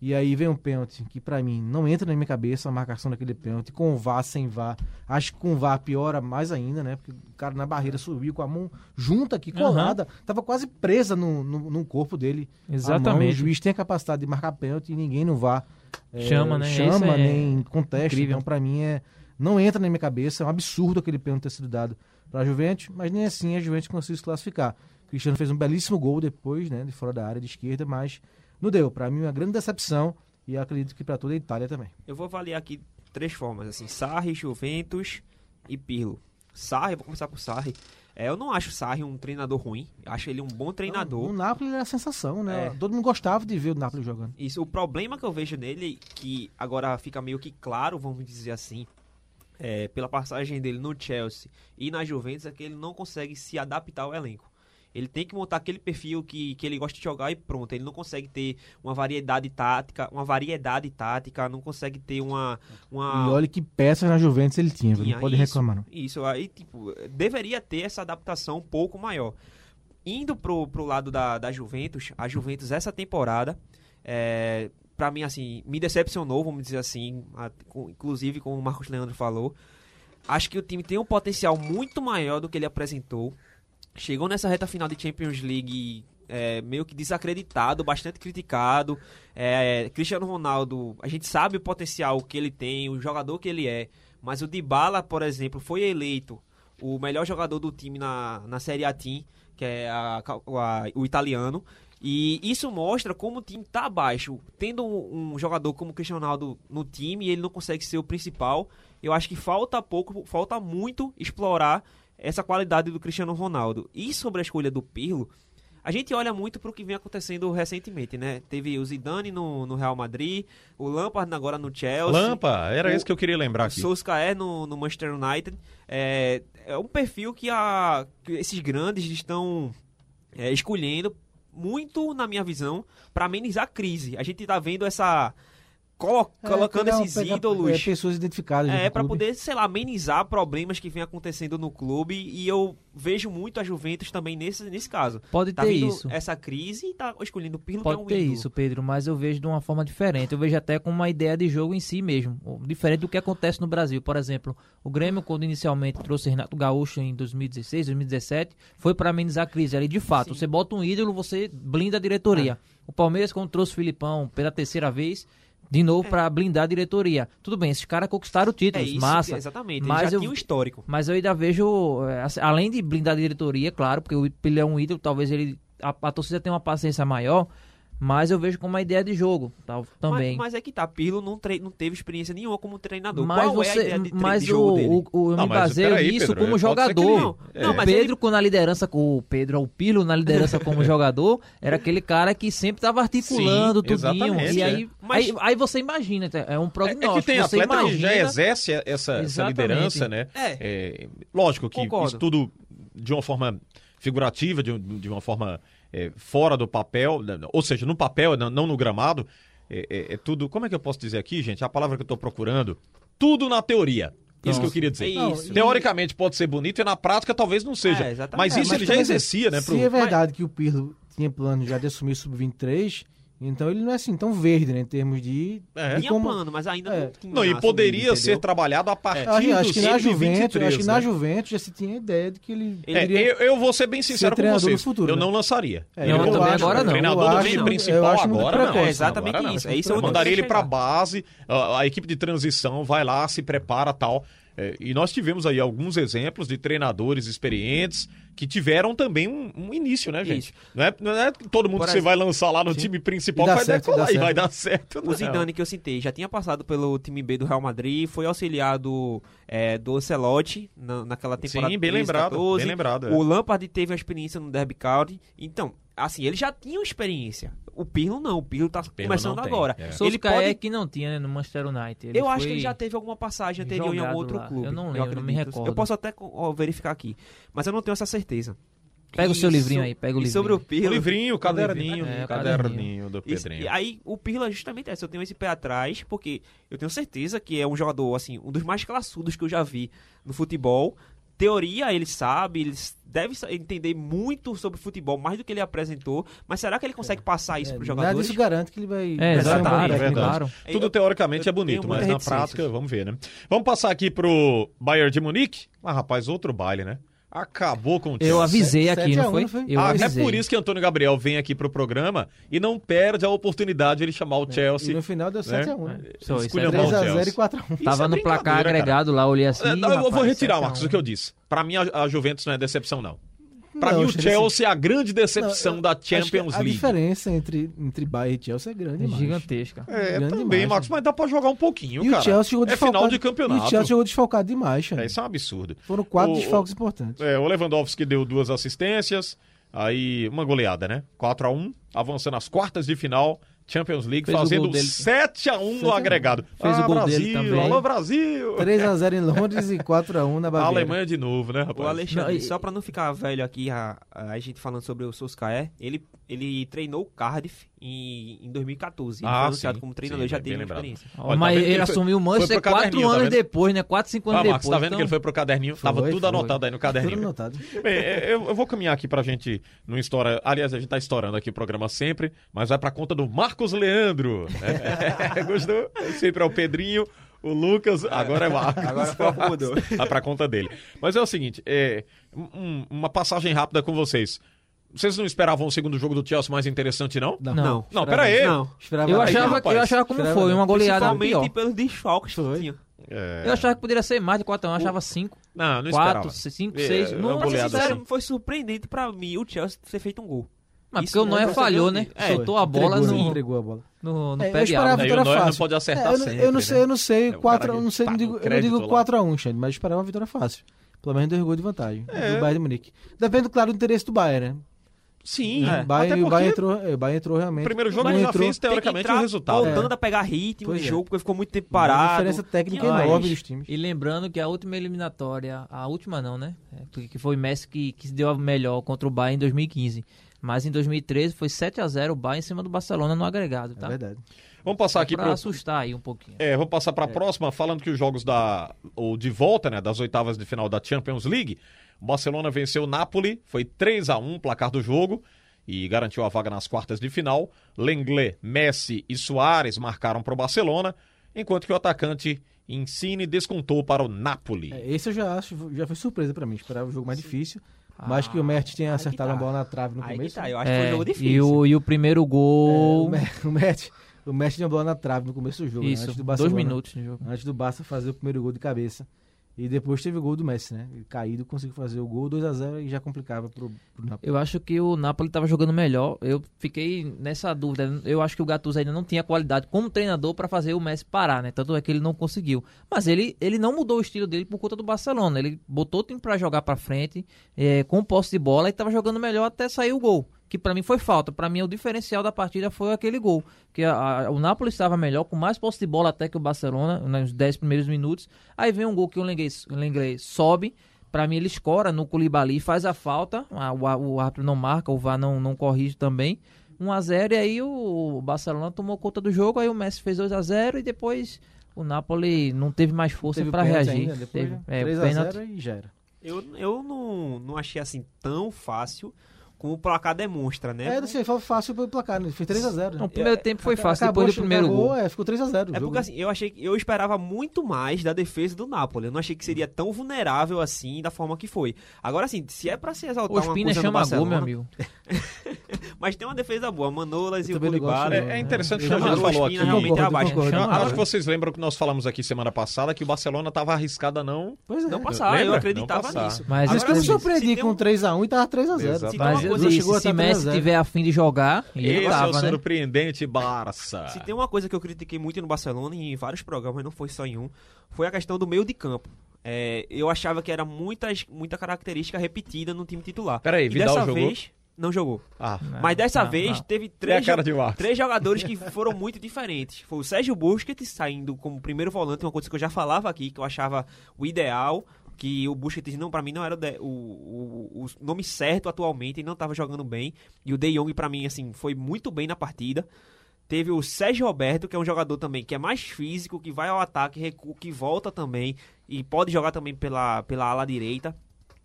S5: E aí vem um pênalti que pra mim não entra na minha cabeça a marcação daquele pênalti, com o VAR, sem VAR. Acho que com o VAR piora mais ainda, né? Porque o cara na barreira subiu com a mão junta aqui, colada, tava quase presa no, no, no corpo dele. a mão.
S7: Exatamente.
S5: o juiz tem a capacidade de marcar pênalti e ninguém no VAR eh,
S7: Chama, né? Isso
S5: Chama,
S7: é-
S5: nem contesta.
S7: Incrível.
S5: Então, pra mim, é, não entra na minha cabeça. É um absurdo aquele pênalti ter sido dado pra Juventus, mas nem assim a Juventus conseguiu se classificar. O Cristiano fez um belíssimo gol depois, né? De fora da área de esquerda, é mas não deu. Pra mim, uma grande decepção e eu acredito que pra toda a Itália também.
S6: Eu vou avaliar aqui três formas, assim, Sarri, Juventus e Pirlo. Sarri, vou começar por Sarri. É, eu não acho o Sarri um treinador ruim, eu acho ele um bom treinador.
S5: O Napoli era a sensação, né?
S6: É.
S5: Todo mundo gostava de ver o Napoli jogando.
S6: Isso, o problema que eu vejo nele, que agora fica meio que claro, vamos dizer assim, é, pela passagem dele no Chelsea e na Juventus, é que ele não consegue se adaptar ao elenco. Ele tem que montar aquele perfil que, que ele gosta de jogar e pronto. Ele não consegue ter uma variedade tática, uma variedade tática, não consegue ter uma. uma
S5: E olha que peças na Juventus ele tinha, viu?
S6: Ah. tinha
S5: não pode
S6: isso,
S5: reclamar, não.
S6: Isso, aí, tipo, deveria ter essa adaptação um pouco maior. Indo pro, pro lado da, da Juventus, a Juventus essa temporada, é, para mim, assim, me decepcionou, vamos dizer assim, a- com- inclusive como o Marcos Leandro falou. Acho que o time tem um potencial muito maior do que ele apresentou. Chegou nessa reta final de Champions League é, meio que desacreditado, bastante criticado. É, Cristiano Ronaldo, a gente sabe o potencial que ele tem, o jogador que ele é. Mas o Dybala, por exemplo, foi eleito o melhor jogador do time na, na Série A Team, que é a- a- o italiano. E isso mostra como o time tá abaixo. Tendo um, um jogador como o Cristiano Ronaldo no time, ele não consegue ser o principal. Eu acho que falta pouco, falta muito explorar essa qualidade do Cristiano Ronaldo. E sobre a escolha do Pirlo, a gente olha muito pro que vem acontecendo recentemente, né? Teve o Zidane no, no Real Madrid, o Lampard agora no Chelsea.
S4: Lampa, era
S6: É O-
S4: isso que eu queria lembrar aqui.
S6: Solskjaer no, no Manchester United. É, é um perfil que, a, que esses grandes estão é, escolhendo muito, na minha visão, para amenizar a crise. A gente tá vendo essa. colo-
S7: É,
S6: colocando
S7: um
S5: pegar-
S6: esses
S5: pegar,
S6: ídolos.
S5: é, pessoas identificadas.
S6: É,
S5: no
S6: pra
S5: clube.
S6: poder, sei lá, amenizar problemas que vem acontecendo no clube. E eu vejo muito a Juventus também nesse, nesse caso.
S7: Pode
S6: Tá
S7: ter
S6: vindo
S7: isso.
S6: essa crise e tá escolhendo o Pirlo que é
S7: Pode
S6: um
S7: ter
S6: ídolo.
S7: isso, Pedro, mas eu vejo de uma forma diferente. Eu vejo até com uma ideia de jogo em si mesmo, ou- diferente do que acontece no Brasil. Por exemplo, o Grêmio, quando inicialmente trouxe Renato Gaúcho em 2016, 2017, foi para amenizar a crise ali. De fato, você bota um ídolo, você blinda a diretoria.
S6: É.
S7: O Palmeiras, quando trouxe o Filipão pela terceira vez, de novo pra para blindar a diretoria. Tudo bem, esses caras conquistaram
S6: É
S7: títulos,
S6: isso,
S7: massa.
S6: exatamente. Ele
S7: mas
S6: já
S7: eu-
S6: tinha um histórico.
S7: Mas eu ainda vejo, eh, assim, além de blindar a diretoria, claro, porque o- ele é um ídolo, talvez ele a, a torcida tenha uma paciência maior, mas eu vejo como uma ideia de jogo tal, também.
S6: Mas, mas é que tá, Pirlo não, tre- não teve experiência nenhuma como treinador.
S7: Mas
S6: Qual é a
S7: você,
S6: ideia de, tre-
S7: mas
S6: de jogo
S7: o,
S6: dele?
S7: o, o- eu
S4: Não,
S7: me
S4: mas
S7: baseio
S4: peraí,
S7: nisso
S4: Pedro, é
S7: como
S4: pode ser que
S7: jogador.
S4: ele-
S6: Não, não,
S7: o
S6: mas
S7: Pedro com na liderança, com o Pedro, o Pilo na liderança como jogador, era aquele cara que sempre estava articulando
S4: Sim,
S7: tudinho.
S4: exatamente,
S7: E aí,
S6: Mas-
S7: aí, aí você imagina, é um
S4: É,
S7: prognóstico.
S4: que tem
S7: você
S4: atleta que já
S7: imagina-
S4: exerce essa, essa
S7: Exatamente.
S4: liderança, né? É, lógico que
S6: Concordo.
S4: isso tudo de uma forma figurativa, de, um- de uma forma é, fora do papel, né? ou seja, no papel, não não no gramado, é, é- é tudo. Como é que eu posso dizer aqui, gente? A palavra que eu estou procurando, tudo na teoria. Isso que eu queria dizer.
S6: É isso.
S4: Teoricamente pode ser bonito e na prática talvez não seja.
S6: É, exatamente.
S4: mas
S5: É,
S4: isso
S5: mas,
S4: ele já
S5: por exemplo,
S4: exercia, né? pro-
S5: Se é verdade que o Pirlo tinha plano já de assumir o sub-23, então ele não é assim tão verde, né? Em termos de.
S4: É.
S5: de
S6: Tinha
S5: como-
S6: plano, mas ainda
S5: É.
S6: não tinha.
S4: Não, e
S6: assumido,
S4: poderia
S6: entendeu?
S4: ser trabalhado a partir
S5: Eu acho,
S4: do
S5: É, acho que na
S4: sub-23,
S5: Juventus, eu acho que
S4: né?
S5: na Juventus já se tinha a ideia de que ele.
S4: É,
S5: iria-
S4: eu, eu vou ser bem sincero com
S5: treinador
S4: vocês.
S5: no futuro,
S4: eu
S5: né?
S4: não lançaria.
S5: É,
S7: eu
S4: não
S7: também agora não.
S5: Eu
S4: Treinador do
S5: acho
S4: time
S5: muito- eu
S4: principal
S5: acho muito
S4: agora não.
S5: precoce,
S6: É, exatamente
S4: Agora não.
S6: isso. É isso
S4: Eu
S6: onde eu
S4: mandaria
S6: quero
S4: ele pra
S6: chegar.
S4: base, a, a equipe de transição vai lá, se prepara tal. É, e nós tivemos aí alguns exemplos de treinadores experientes que tiveram também um, um início, né, gente?
S6: Isso.
S4: Não é, não é todo mundo
S6: Por
S4: que você
S6: exemplo-
S4: vai lançar lá no time principal
S5: E dá
S4: vai
S5: certo,
S4: decolar
S5: dá
S4: e vai
S5: certo.
S4: dar certo. né?
S6: O
S4: não.
S6: Zidane que eu citei já tinha passado pelo time B do Real Madrid, foi auxiliado é, do Ancelotti na, naquela temporada.
S4: Sim, bem
S6: 13,
S4: lembrado,
S6: 14.
S4: bem lembrado, é.
S6: O Lampard teve uma experiência no Derby County. Então, assim, ele já tinha uma experiência. O Pirlo não, o Pirlo tá
S4: Pirlo
S6: começando
S4: não tem,
S6: agora.
S4: é.
S7: Ele pode... que não tinha né, no Manchester United. Ele
S6: eu acho que
S7: foi-
S6: ele já teve alguma passagem anterior em algum
S7: jogado
S6: outro
S7: lá.
S6: clube.
S7: Eu não lembro, não me
S6: acredito.
S7: recordo.
S6: Eu posso até ó, verificar aqui, mas eu não tenho essa certeza.
S7: Pega o seu
S6: E
S7: livrinho
S6: so-
S7: aí, pega o
S6: E
S7: livrinho.
S6: sobre o Pirlo,
S4: O livrinho, o caderninho,
S7: É,
S4: o
S7: o
S4: caderninho do
S6: isso-
S4: Pedrinho.
S6: e aí o Pirlo é justamente essa. Eu tenho esse pé atrás, porque eu tenho certeza que é um jogador, assim, um dos mais classudos que eu já vi no futebol. Teoria, ele sabe, ele s- deve sa- entender muito sobre futebol, mais do que ele apresentou. Mas será que ele consegue passar isso
S5: é,
S6: para os
S5: nada
S6: jogadores?
S5: disso garante que ele vai. vai
S7: É,
S5: ser um bom
S7: exatamente,
S5: técnico.
S7: verdade.
S4: Tudo
S6: Eu-
S4: teoricamente
S6: eu
S4: é bonito,
S6: tenho muita
S4: mas na
S6: reticência.
S4: prática, vamos ver, né? Vamos passar aqui pro Bayern de Munique. Ah, rapaz, outro baile, né? Acabou com o time.
S7: Eu avisei
S5: Sete-
S7: aqui,
S5: sete a
S7: não
S5: um,
S7: foi?
S5: não foi?
S7: Eu
S4: Ah, é
S7: avisei.
S4: por isso que Antônio Gabriel vem aqui pro programa e não perde a oportunidade de ele chamar o
S5: É, E
S4: Chelsea.
S5: no final deu 7x1. Né?
S7: Só isso,
S4: Esculhambou
S7: é
S4: o
S5: 3x0
S4: Chelsea.
S5: e 4x1.
S4: Isso
S7: Tava
S4: é
S7: no placar
S4: brincadeira, cara.
S7: agregado lá, olhei assim.
S4: É, não, eu vou
S7: rapaz,
S4: retirar,
S7: sete a
S4: Marcos,
S7: um.
S4: o que eu disse. Pra mim, a, a Juventus não é decepção, não. Pra
S5: Não,
S4: mim, o
S5: Chelsea-
S4: Chelsea é a grande
S5: Não,
S4: decepção
S5: eu
S4: da
S5: acho que
S4: Champions
S5: A
S4: League.
S5: diferença entre, entre Bayern e Chelsea é grande
S7: É
S5: demais.
S7: gigantesca.
S4: É,
S5: Grande
S4: também,
S5: demais,
S4: Marcos,
S5: né?
S4: mas dá pra jogar um pouquinho,
S5: E
S4: cara.
S5: o Chelsea jogou
S4: é
S5: desfalcado.
S4: final de
S5: E
S4: campeonato.
S5: o Chelsea jogou desfalcado demais, Xande.
S4: É, isso é um absurdo.
S5: Foram quatro
S4: O-
S5: desfalques importantes.
S4: É, o Lewandowski deu duas assistências, aí uma goleada, né? 4 a 1 avançando às quartas de final, Champions League,
S7: Fez o
S4: fazendo
S7: gol dele.
S4: 7 a 1 no agregado.
S7: um. Fez
S4: ah,
S7: o gol
S4: Brasil,
S7: dele também.
S4: Alô, Brasil!
S5: 3x0 em Londres e 4x1 na
S4: A
S5: Baviera.
S4: Alemanha de novo, né, rapaz?
S6: O Alexandre,
S7: Não, e-
S6: só pra não ficar velho aqui, a, a a gente falando sobre o Solskjaer, ele, ele treinou o Cardiff em, em 2014. Ele
S4: Ah,
S6: foi anunciado
S4: sim,
S6: como treinador,
S4: sim,
S6: já
S4: bem
S6: teve uma
S4: lembrado.
S6: experiência.
S4: Olha, tá
S7: Mas
S4: vendo que
S7: ele
S4: ele foi-
S7: assumiu o Manchester
S4: foi pro
S7: quatro
S4: caderninho, tá
S7: anos
S4: vendo?
S7: depois, né? Quatro, cinco anos
S4: Ah, Marcos,
S7: depois.
S4: tá vendo
S7: então-
S4: que ele foi pro caderninho?
S5: Foi,
S4: Tava tudo
S5: foi.
S4: anotado aí no
S5: Tudo
S4: caderninho.
S5: anotado.
S4: Bem, é, eu eu vou caminhar aqui pra gente não estoura. Aliás, a gente tá estourando aqui o programa sempre, mas vai pra conta do Marcos Leandro. É, gostou? Sempre é o Pedrinho, o Lucas, agora é o Marcos.
S6: Agora foi o mudou.
S4: Vai pra conta dele. Mas é o seguinte, é, um- uma passagem rápida com vocês. Vocês não esperavam um segundo jogo do Chelsea mais interessante, não?
S5: Não.
S7: Não.
S4: Não, pera aí.
S6: Não.
S5: Esperava
S7: Eu
S5: nada.
S7: achava, que-
S4: rapaz.
S7: eu achava como
S5: Esperava
S7: foi,
S5: não.
S7: uma goleada pior.
S6: Principalmente pelos desfalques que
S5: Foi.
S6: tinha.
S7: Eu achava que poderia ser mais de 4 anos, eu achava 5,
S4: É. Não, não
S7: 4,
S4: esperava.
S7: 5,
S4: É,
S7: 6.
S4: é
S7: Não,
S4: uma
S7: mas
S4: goleada
S7: sério,
S4: assim.
S6: Foi surpreendente pra mim o Chelsea ter feito um gol.
S7: mas
S6: Isso
S7: porque o
S6: não
S7: Noé
S6: é
S7: falhou, né?
S6: precedente. É,
S7: Soltou a bola
S5: entregou,
S4: né?
S7: no,
S5: entregou a bola.
S7: no, no
S5: É, eu
S7: pé de
S5: esperava
S7: água.
S4: Aí
S5: vitória
S4: o Neuer não
S5: fácil.
S4: pode
S5: É,
S4: acertar
S5: eu, não-
S4: sempre,
S5: eu não sei,
S4: né?
S5: eu não sei.
S4: É, o
S5: quatro,
S4: cara
S5: eu não sei,
S4: tá
S5: não
S4: no
S5: digo, eu não
S4: crédito
S5: digo
S4: lá.
S5: 4x1, Xande, mas esperava uma vitória é fácil. Pelo menos dois gols de vantagem.
S4: É.
S5: Do Bayern de Munique. Depende, claro, do interesse do Bayern, né?
S4: Sim,
S6: É.
S5: O Bayern,
S4: É. até
S5: o Bayern
S4: porque
S5: entrou, é, o Bayern entrou realmente.
S4: o primeiro jogo
S5: Não
S4: ele já
S5: entrou,
S4: fez,
S6: Tem que
S4: teoricamente,
S6: entrar
S4: o resultado. né?
S6: Voltando a pegar ritmo
S5: Pois
S6: de
S5: é.
S6: jogo, porque ficou muito tempo
S5: uma
S6: parado.
S5: diferença técnica
S6: Tinha mais.
S5: enorme dos times.
S7: E lembrando que a última eliminatória, a última não, né? É, porque que foi o Messi que, que se deu a melhor contra o Bayern em 2015. Mas em 2013 foi 7x0 o Bayern em cima do Barcelona no agregado,
S5: É
S7: tá?
S5: verdade.
S4: Vamos passar aqui
S7: pra
S4: pro,
S7: assustar aí um pouquinho.
S4: É, vou passar para a próxima, falando que os jogos da ou de volta, né, das oitavas de final da Champions League, o Barcelona venceu o Napoli, foi 3 a 1 placar do jogo e garantiu a vaga nas quartas de final. Lenglet, Messi e Soares marcaram para o Barcelona, enquanto que o atacante Insigne descontou para o Napoli.
S5: É, esse eu já acho, já foi surpresa pra mim. Esperava um jogo mais difícil. mas que o Mertz tinha
S6: aí que
S5: acertado
S6: tá.
S5: a bola na trave no
S6: Aí que
S5: começo.
S6: tá,
S5: né?
S6: eu acho que foi um
S7: É,
S6: jogo
S7: E
S6: difícil.
S7: o, e o primeiro
S5: O
S7: gol.
S5: Mer- É, o Mertz, o Mertz tinha a bola na trave no começo do jogo. né?
S7: isso,
S5: antes do
S7: dois
S5: Barcelona-
S7: minutos de jogo.
S5: Antes do Barça fazer o primeiro gol de cabeça. E depois teve o gol do Messi, né? Ele caído, conseguiu fazer o gol 2x0 e já complicava pro, pro Napoli.
S7: Eu acho que o Napoli estava jogando melhor. Eu fiquei nessa dúvida. Eu acho que o Gattuso ainda não tinha qualidade como treinador para fazer o Messi parar, né? Tanto é que ele não conseguiu. Mas ele, ele não mudou o estilo dele por conta do Barcelona. Ele botou o time para jogar para frente, eh, com posse de bola e estava jogando melhor até sair o gol. Que para mim foi falta. Para mim o diferencial da partida foi aquele gol. Que a- a- o Napoli estava melhor, com mais posse de bola até que o Barcelona, nos 10 primeiros minutos. Aí vem um gol que o Lenglet- o Lenglet sobe. Pra mim, ele escora no Culibali, faz a falta. a- o, a- o árbitro não marca, o VAR não, não corrige também. 1x0, e aí o Barcelona tomou conta do jogo. Aí o Messi fez 2x0 e depois o Napoli não teve mais força
S5: Teve
S7: pra
S5: pênalti
S7: reagir.
S5: ainda, depois,
S7: Teve,
S5: né?
S7: é, o
S5: 3x0
S7: pênalti.
S5: e já era.
S6: Eu, eu não, não achei assim tão fácil como o placar demonstra, né?
S5: É, não sei, foi fácil pelo placar, né? Foi 3x0. Né?
S7: Não, o primeiro tempo foi
S5: Ac-
S7: fácil,
S5: acabou,
S7: depois do
S5: chegou,
S7: primeiro
S5: acabou,
S7: gol.
S5: É, ficou 3x0.
S6: É porque assim, eu achei que eu esperava muito mais da defesa do Napoli. Eu não achei que seria tão vulnerável assim da forma que foi. Agora assim, se é pra se exaltar
S7: O
S6: uma
S7: Spina
S6: coisa no
S7: chama gol, meu
S6: Barcelona,
S7: amigo.
S6: mas tem uma defesa boa, Manolas
S5: Eu
S6: e o
S5: também não gosto,
S6: Koulibaly.
S5: não.
S4: É, é interessante que
S5: Eu
S4: a gente
S5: concordo,
S4: falou
S6: o
S4: aqui.
S6: Spina realmente é
S5: concordo,
S6: abaixo.
S5: concordo.
S4: Eu
S5: Chama
S4: acho
S5: agora.
S4: que vocês lembram que nós falamos aqui semana passada que o Barcelona estava arriscado a não.
S5: Pois é.
S6: Não passar, eu
S4: Lembra?
S6: acreditava
S4: Não passar.
S6: nisso.
S5: Mas
S7: Mas Agora,
S5: que eu me
S7: assim,
S5: surpreendi com
S6: se tem
S5: 3x1 e tava 3x0.
S4: um Exato.
S7: Mas
S6: uma
S7: eu
S6: coisa-
S7: disse,
S5: chegou a
S7: se
S5: estar
S7: Messi
S5: 3x0.
S7: tiver afim de jogar, e ele
S4: Esse é o
S7: tava, né?
S4: surpreendente Barça.
S6: Se tem uma coisa que eu critiquei muito no Barcelona, em vários programas, não foi só em um, foi a questão do meio de campo. É, eu achava que era muitas, muita característica repetida no time titular.
S4: Peraí,
S6: e
S4: Vidal
S6: dessa
S4: jogou?
S6: vez não jogou.
S4: Ah,
S6: Mas dessa
S7: não,
S6: vez
S7: não.
S6: teve
S4: é a
S6: três,
S4: cara
S6: jo-
S4: de Marcos.
S6: três jogadores que foram muito diferentes. Foi o Sérgio Busquets saindo como primeiro volante, uma coisa que eu já falava aqui, que eu achava o ideal, que o Busquets não para mim não era o, de- o- o- o nome certo atualmente, ele não estava jogando bem, e o De Jong para mim assim foi muito bem na partida. Teve o Sérgio Roberto, que é um jogador também que é mais físico, que vai ao ataque, recua, que volta também e pode jogar também pela, pela ala direita.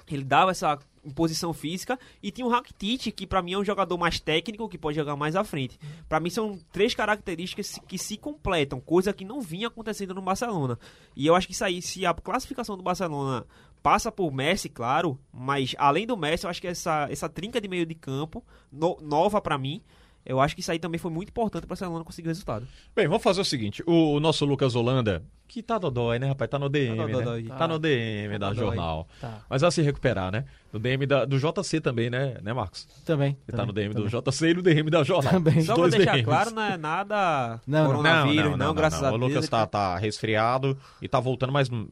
S6: Ele dava essa imposição física e tinha o Rakitic, que pra mim é um jogador mais técnico, que pode jogar mais à frente. Pra mim são três características que se completam, coisa que não vinha acontecendo no Barcelona. E eu acho que isso aí, se a classificação do Barcelona passa por Messi, claro, mas além do Messi, eu acho que essa, essa trinca de meio de campo, no- nova pra mim, eu acho que isso aí também foi muito importante para o Barcelona conseguir o resultado.
S4: Bem, vamos fazer o seguinte: o, o nosso Lucas Holanda, que tá dodói, né, rapaz? Tá no DM,
S6: Tá
S4: né?
S6: dodói.
S4: Tá no DM da
S6: dodói.
S4: jornal.
S7: Tá.
S4: Mas vai se recuperar, né? No DM da- do JC também, né, né Marcos?
S5: Também.
S4: Você tá
S5: também,
S4: no DM
S5: também.
S4: do JC e no DM da Jornal.
S5: Também.
S4: Os
S6: Só pra
S4: dois
S6: deixar
S4: DMs.
S6: claro, não é nada
S5: Não, não.
S6: coronavírus, não, graças a
S4: O
S6: Deus.
S4: Lucas
S6: ele
S4: tá, tá resfriado e tá voltando, mas hum,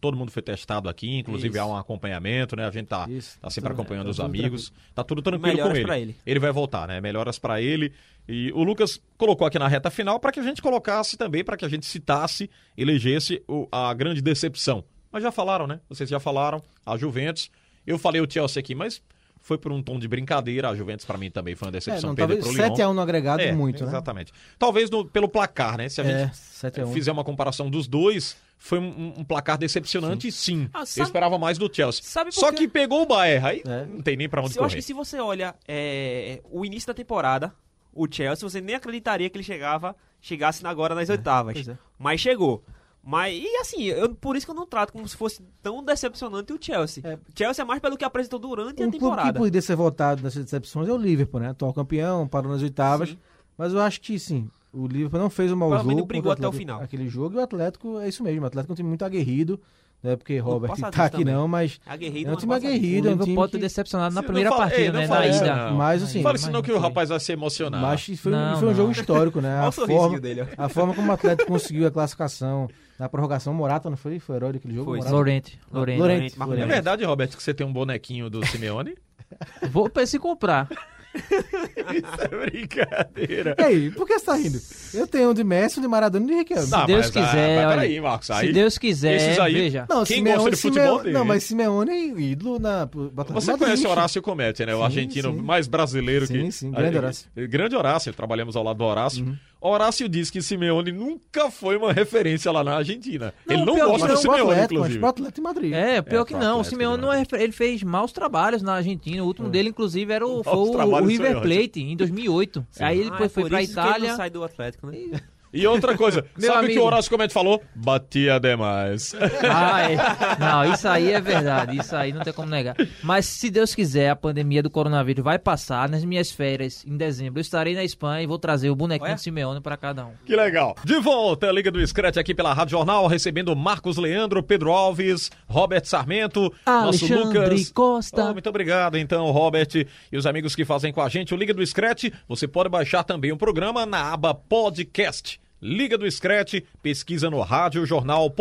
S4: todo mundo foi testado aqui, inclusive
S6: Isso.
S4: há um acompanhamento, né? A gente tá,
S5: Isso,
S4: tá sempre
S5: tudo-
S4: acompanhando
S5: tá
S4: os
S5: tudo
S4: amigos. Tá tudo tranquilo
S6: Melhoras
S4: com ele.
S6: pra ele.
S4: vai voltar, né? Melhoras pra ele. E o Lucas colocou aqui na reta final pra que a gente colocasse também, pra que a gente citasse, elegesse o- a grande decepção. Mas já falaram, né? Vocês já falaram, a Juventus. Eu falei o Chelsea aqui, mas foi por um tom de brincadeira. A Juventus pra mim também foi uma
S5: É,
S4: decepção.
S5: não,
S4: Perdeu
S5: talvez
S4: pro Lyon.
S5: 7x1 no agregado,
S4: É,
S5: muito, né?
S4: Exatamente. Talvez no- pelo placar, né? Se a
S5: É,
S4: gente
S5: 7x1.
S4: fizer uma comparação dos dois, foi um, um placar decepcionante, sim.
S6: Ah,
S4: Eu
S6: sabe-
S4: esperava mais do Chelsea.
S6: Sabe por
S4: Só
S6: quê?
S4: que pegou o Bayern, aí
S5: É.
S4: não tem nem pra onde
S6: Eu acho
S4: correr.
S6: que se você olha é, o início da temporada, o Chelsea, você nem acreditaria que ele chegava, chegasse na- agora nas oitavas.
S5: pois é.
S6: Mas chegou. Mas, e assim, eu- por isso que eu não trato como se fosse tão decepcionante o Chelsea.
S5: É.
S6: O Chelsea é mais pelo que apresentou durante a
S5: Um clube que
S6: temporada.
S5: poderia ser votado nessas decepções é o Liverpool, né? Atual campeão, parou nas oitavas. Mas eu acho que sim, o Liverpool não fez um mau
S6: Pelo
S5: jogo.
S6: menos
S5: contra
S6: brigou até o
S5: Atlético-
S6: final.
S5: Aquele jogo e o Atlético é isso mesmo. O Atlético é um time muito aguerrido. Não é porque Robert
S6: passa
S5: tá
S6: disso
S5: aqui
S6: também.
S5: não, mas é
S6: Aguerrido,
S5: um
S6: mas
S5: time
S6: passa disso.
S7: O
S5: aguerrido. É um
S7: Liverpool
S5: time
S7: pode
S5: que...
S7: ter decepcionado na
S4: Não
S7: primeira
S4: fala- Ei,
S7: partida,
S4: não
S7: né?
S4: fala
S7: Na
S4: isso,
S7: ida.
S4: não.
S5: Mas, assim,
S4: Fala isso não
S7: mas
S4: que o
S7: foi.
S4: rapaz vai se emocionar.
S5: Mas foi, um-
S7: Não,
S5: foi um jogo
S7: não.
S5: histórico, né?
S6: Olha
S5: A
S6: o sorrisinho
S5: forma,
S6: dele, ó.
S5: a forma como o Atlético conseguiu a classificação na prorrogação, Morata não foi? Foi herói daquele jogo?
S6: Foi,
S5: Morata?
S7: Lorente, Lorente.
S5: Lorente.
S6: Marco
S4: É
S5: Lorente.
S4: verdade, Roberto, que você tem um bonequinho do Simeone?
S7: Vou pra se comprar.
S4: Isso é brincadeira.
S5: E aí, por que você tá rindo? Eu tenho um de Messi, um de Maradona e um de
S6: Tá.
S5: Riquelme.
S4: Não,
S7: Deus
S4: mas,
S7: quiser,
S4: Ah, mas
S7: olha,
S4: peraí, Marcos. Aí,
S7: Se Deus quiser,
S4: esses aí-
S7: veja.
S5: Não,
S4: Quem
S5: Simeone,
S4: gosta de futebol
S5: Simeone-
S4: tem.
S5: Não, mas Simeone é ídolo na... pro-
S4: Você
S5: Atlético
S4: conhece
S5: Madrid.
S4: Horácio Comete, né? O
S5: Sim,
S4: argentino
S5: sim.
S4: mais brasileiro que.
S5: Sim, sim, grande
S4: Ah,
S5: Horácio. Uhum.
S4: eh, Grande Horácio, trabalhamos ao lado do Horácio. Horácio diz que Simeone nunca foi uma referência lá na Argentina.
S7: Não,
S4: Ele não
S7: pior que
S5: Mas
S4: gosta do
S7: não.
S5: pro
S4: Simeone,
S5: é um Atlético, mas
S4: inclusive.
S5: pro Atlético de Madrid.
S7: É, pior
S4: É,
S7: que
S4: pro
S7: não. O
S4: Atlético,
S7: Simeone
S4: né? Hum.
S7: não é, refer- ele fez maus trabalhos na Argentina. O último dele, inclusive, era o, foi
S4: Maus
S7: o- o,
S4: trabalhos foi
S7: River
S4: ótimo.
S7: Plate em 2008. Aí ele
S6: Ah,
S7: foi,
S6: é
S7: foi
S6: por
S7: pra
S6: isso que ele não
S7: Itália.
S6: sai do Atlético, né?
S4: E outra coisa, sabe
S7: Meu
S4: o que
S7: amigo.
S4: o Horácio Comete falou? Batia demais.
S7: Ah, é. Não, isso aí é verdade. Isso aí não tem como negar. Mas se Deus quiser, a pandemia do coronavírus vai passar. Nas minhas férias, em dezembro, eu estarei na Espanha e vou trazer o bonequinho
S6: Olha.
S7: de Simeone pra cada um.
S4: Que legal. De volta, Liga do Scratch aqui pela Rádio Jornal, recebendo Marcos Leandro, Pedro Alves, Robert Sarmento,
S7: Alexandre
S4: nosso Lucas.
S7: Costa.
S4: Oh, muito obrigado, então, Robert e os amigos que fazem com a gente o Liga do Scratch. Você pode baixar também o programa na aba Podcast. Liga do Scratch, pesquisa no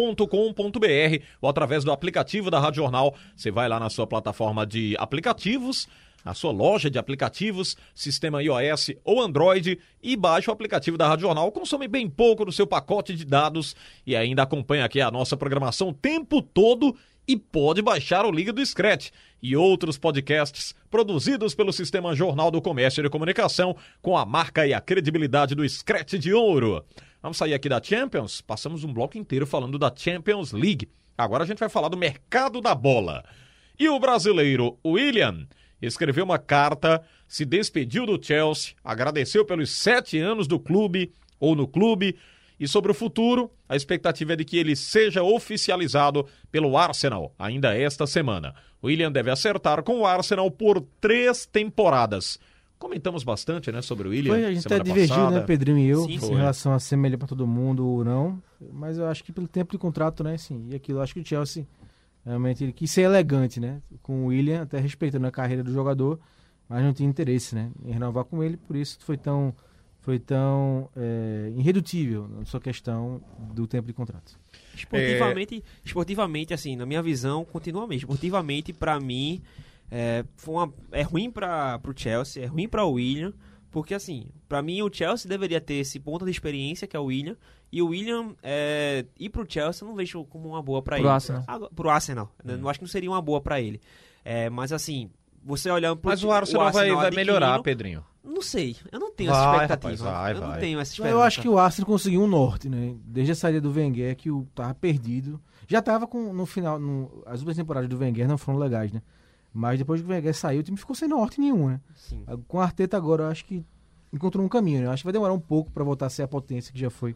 S4: radiojornal.com.br ou através do aplicativo da Rádio Jornal. Você vai lá na sua plataforma de aplicativos a sua loja de aplicativos, sistema iOS ou Android e baixe o aplicativo da Rádio Jornal. Consome bem pouco do seu pacote de dados e ainda acompanha aqui a nossa programação o tempo todo e pode baixar o Liga do Scratch e outros podcasts produzidos pelo Sistema Jornal do Comércio e de Comunicação com a marca e a credibilidade do Scratch de Ouro. Vamos sair aqui da Champions? Passamos um bloco inteiro falando da Champions League. Agora a gente vai falar do mercado da bola. E o brasileiro William escreveu uma carta, se despediu do Chelsea, agradeceu pelos sete anos do clube ou no clube. E sobre o futuro, a expectativa é de que ele seja oficializado pelo Arsenal ainda esta semana. William deve acertar com o Arsenal por três temporadas. Comentamos bastante, né, sobre o William.
S5: Foi, a gente até
S4: semana
S5: divergiu,
S4: passada.
S5: né, Pedrinho e eu,
S6: Sim,
S4: sim.
S5: em relação a ser melhor pra todo mundo ou não. Mas eu acho que pelo tempo de contrato, né, sim. E aquilo, eu acho que o Chelsea realmente ele quis ser elegante, né? Com o William, até respeitando a carreira do jogador, mas não tinha interesse, né? Em renovar com ele, por isso foi tão, foi tão é, irredutível na sua questão do tempo de contrato.
S6: Esportivamente,
S4: É.
S6: esportivamente, assim, na minha visão, continua mesmo. Esportivamente, pra mim, é, foi uma- é ruim para pro Chelsea, é ruim para o William, porque assim, pra mim o Chelsea deveria ter esse ponto de experiência que é o William, e o William é, ir pro Chelsea eu não vejo como uma boa pra
S7: Pro
S6: ele.
S7: Arsenal.
S6: Agora- pro Arsenal, né? não acho que não seria uma boa pra ele. É, mas assim, você olhando pro
S4: Mas o Arsenal, é vai- vai,
S6: adquirindo-
S4: melhorar, Pedrinho.
S6: Não sei, eu não tenho
S4: Vai,
S6: essa
S4: rapaz,
S6: expectativa.
S4: vai,
S6: eu
S4: vai.
S6: não tenho essa
S5: Mas
S6: expectativa.
S5: eu acho que o Arsenal conseguiu um norte, né? Desde a saída do Wenger, que o tava perdido. Já tava com, no final, no- as últimas temporadas do Wenger não foram legais, né? Mas depois que o Wenger saiu, o time ficou sem norte nenhum, né?
S6: Sim.
S5: Com a Arteta agora, eu acho que encontrou um caminho, né? Eu acho que vai demorar um pouco para voltar a ser a potência que já foi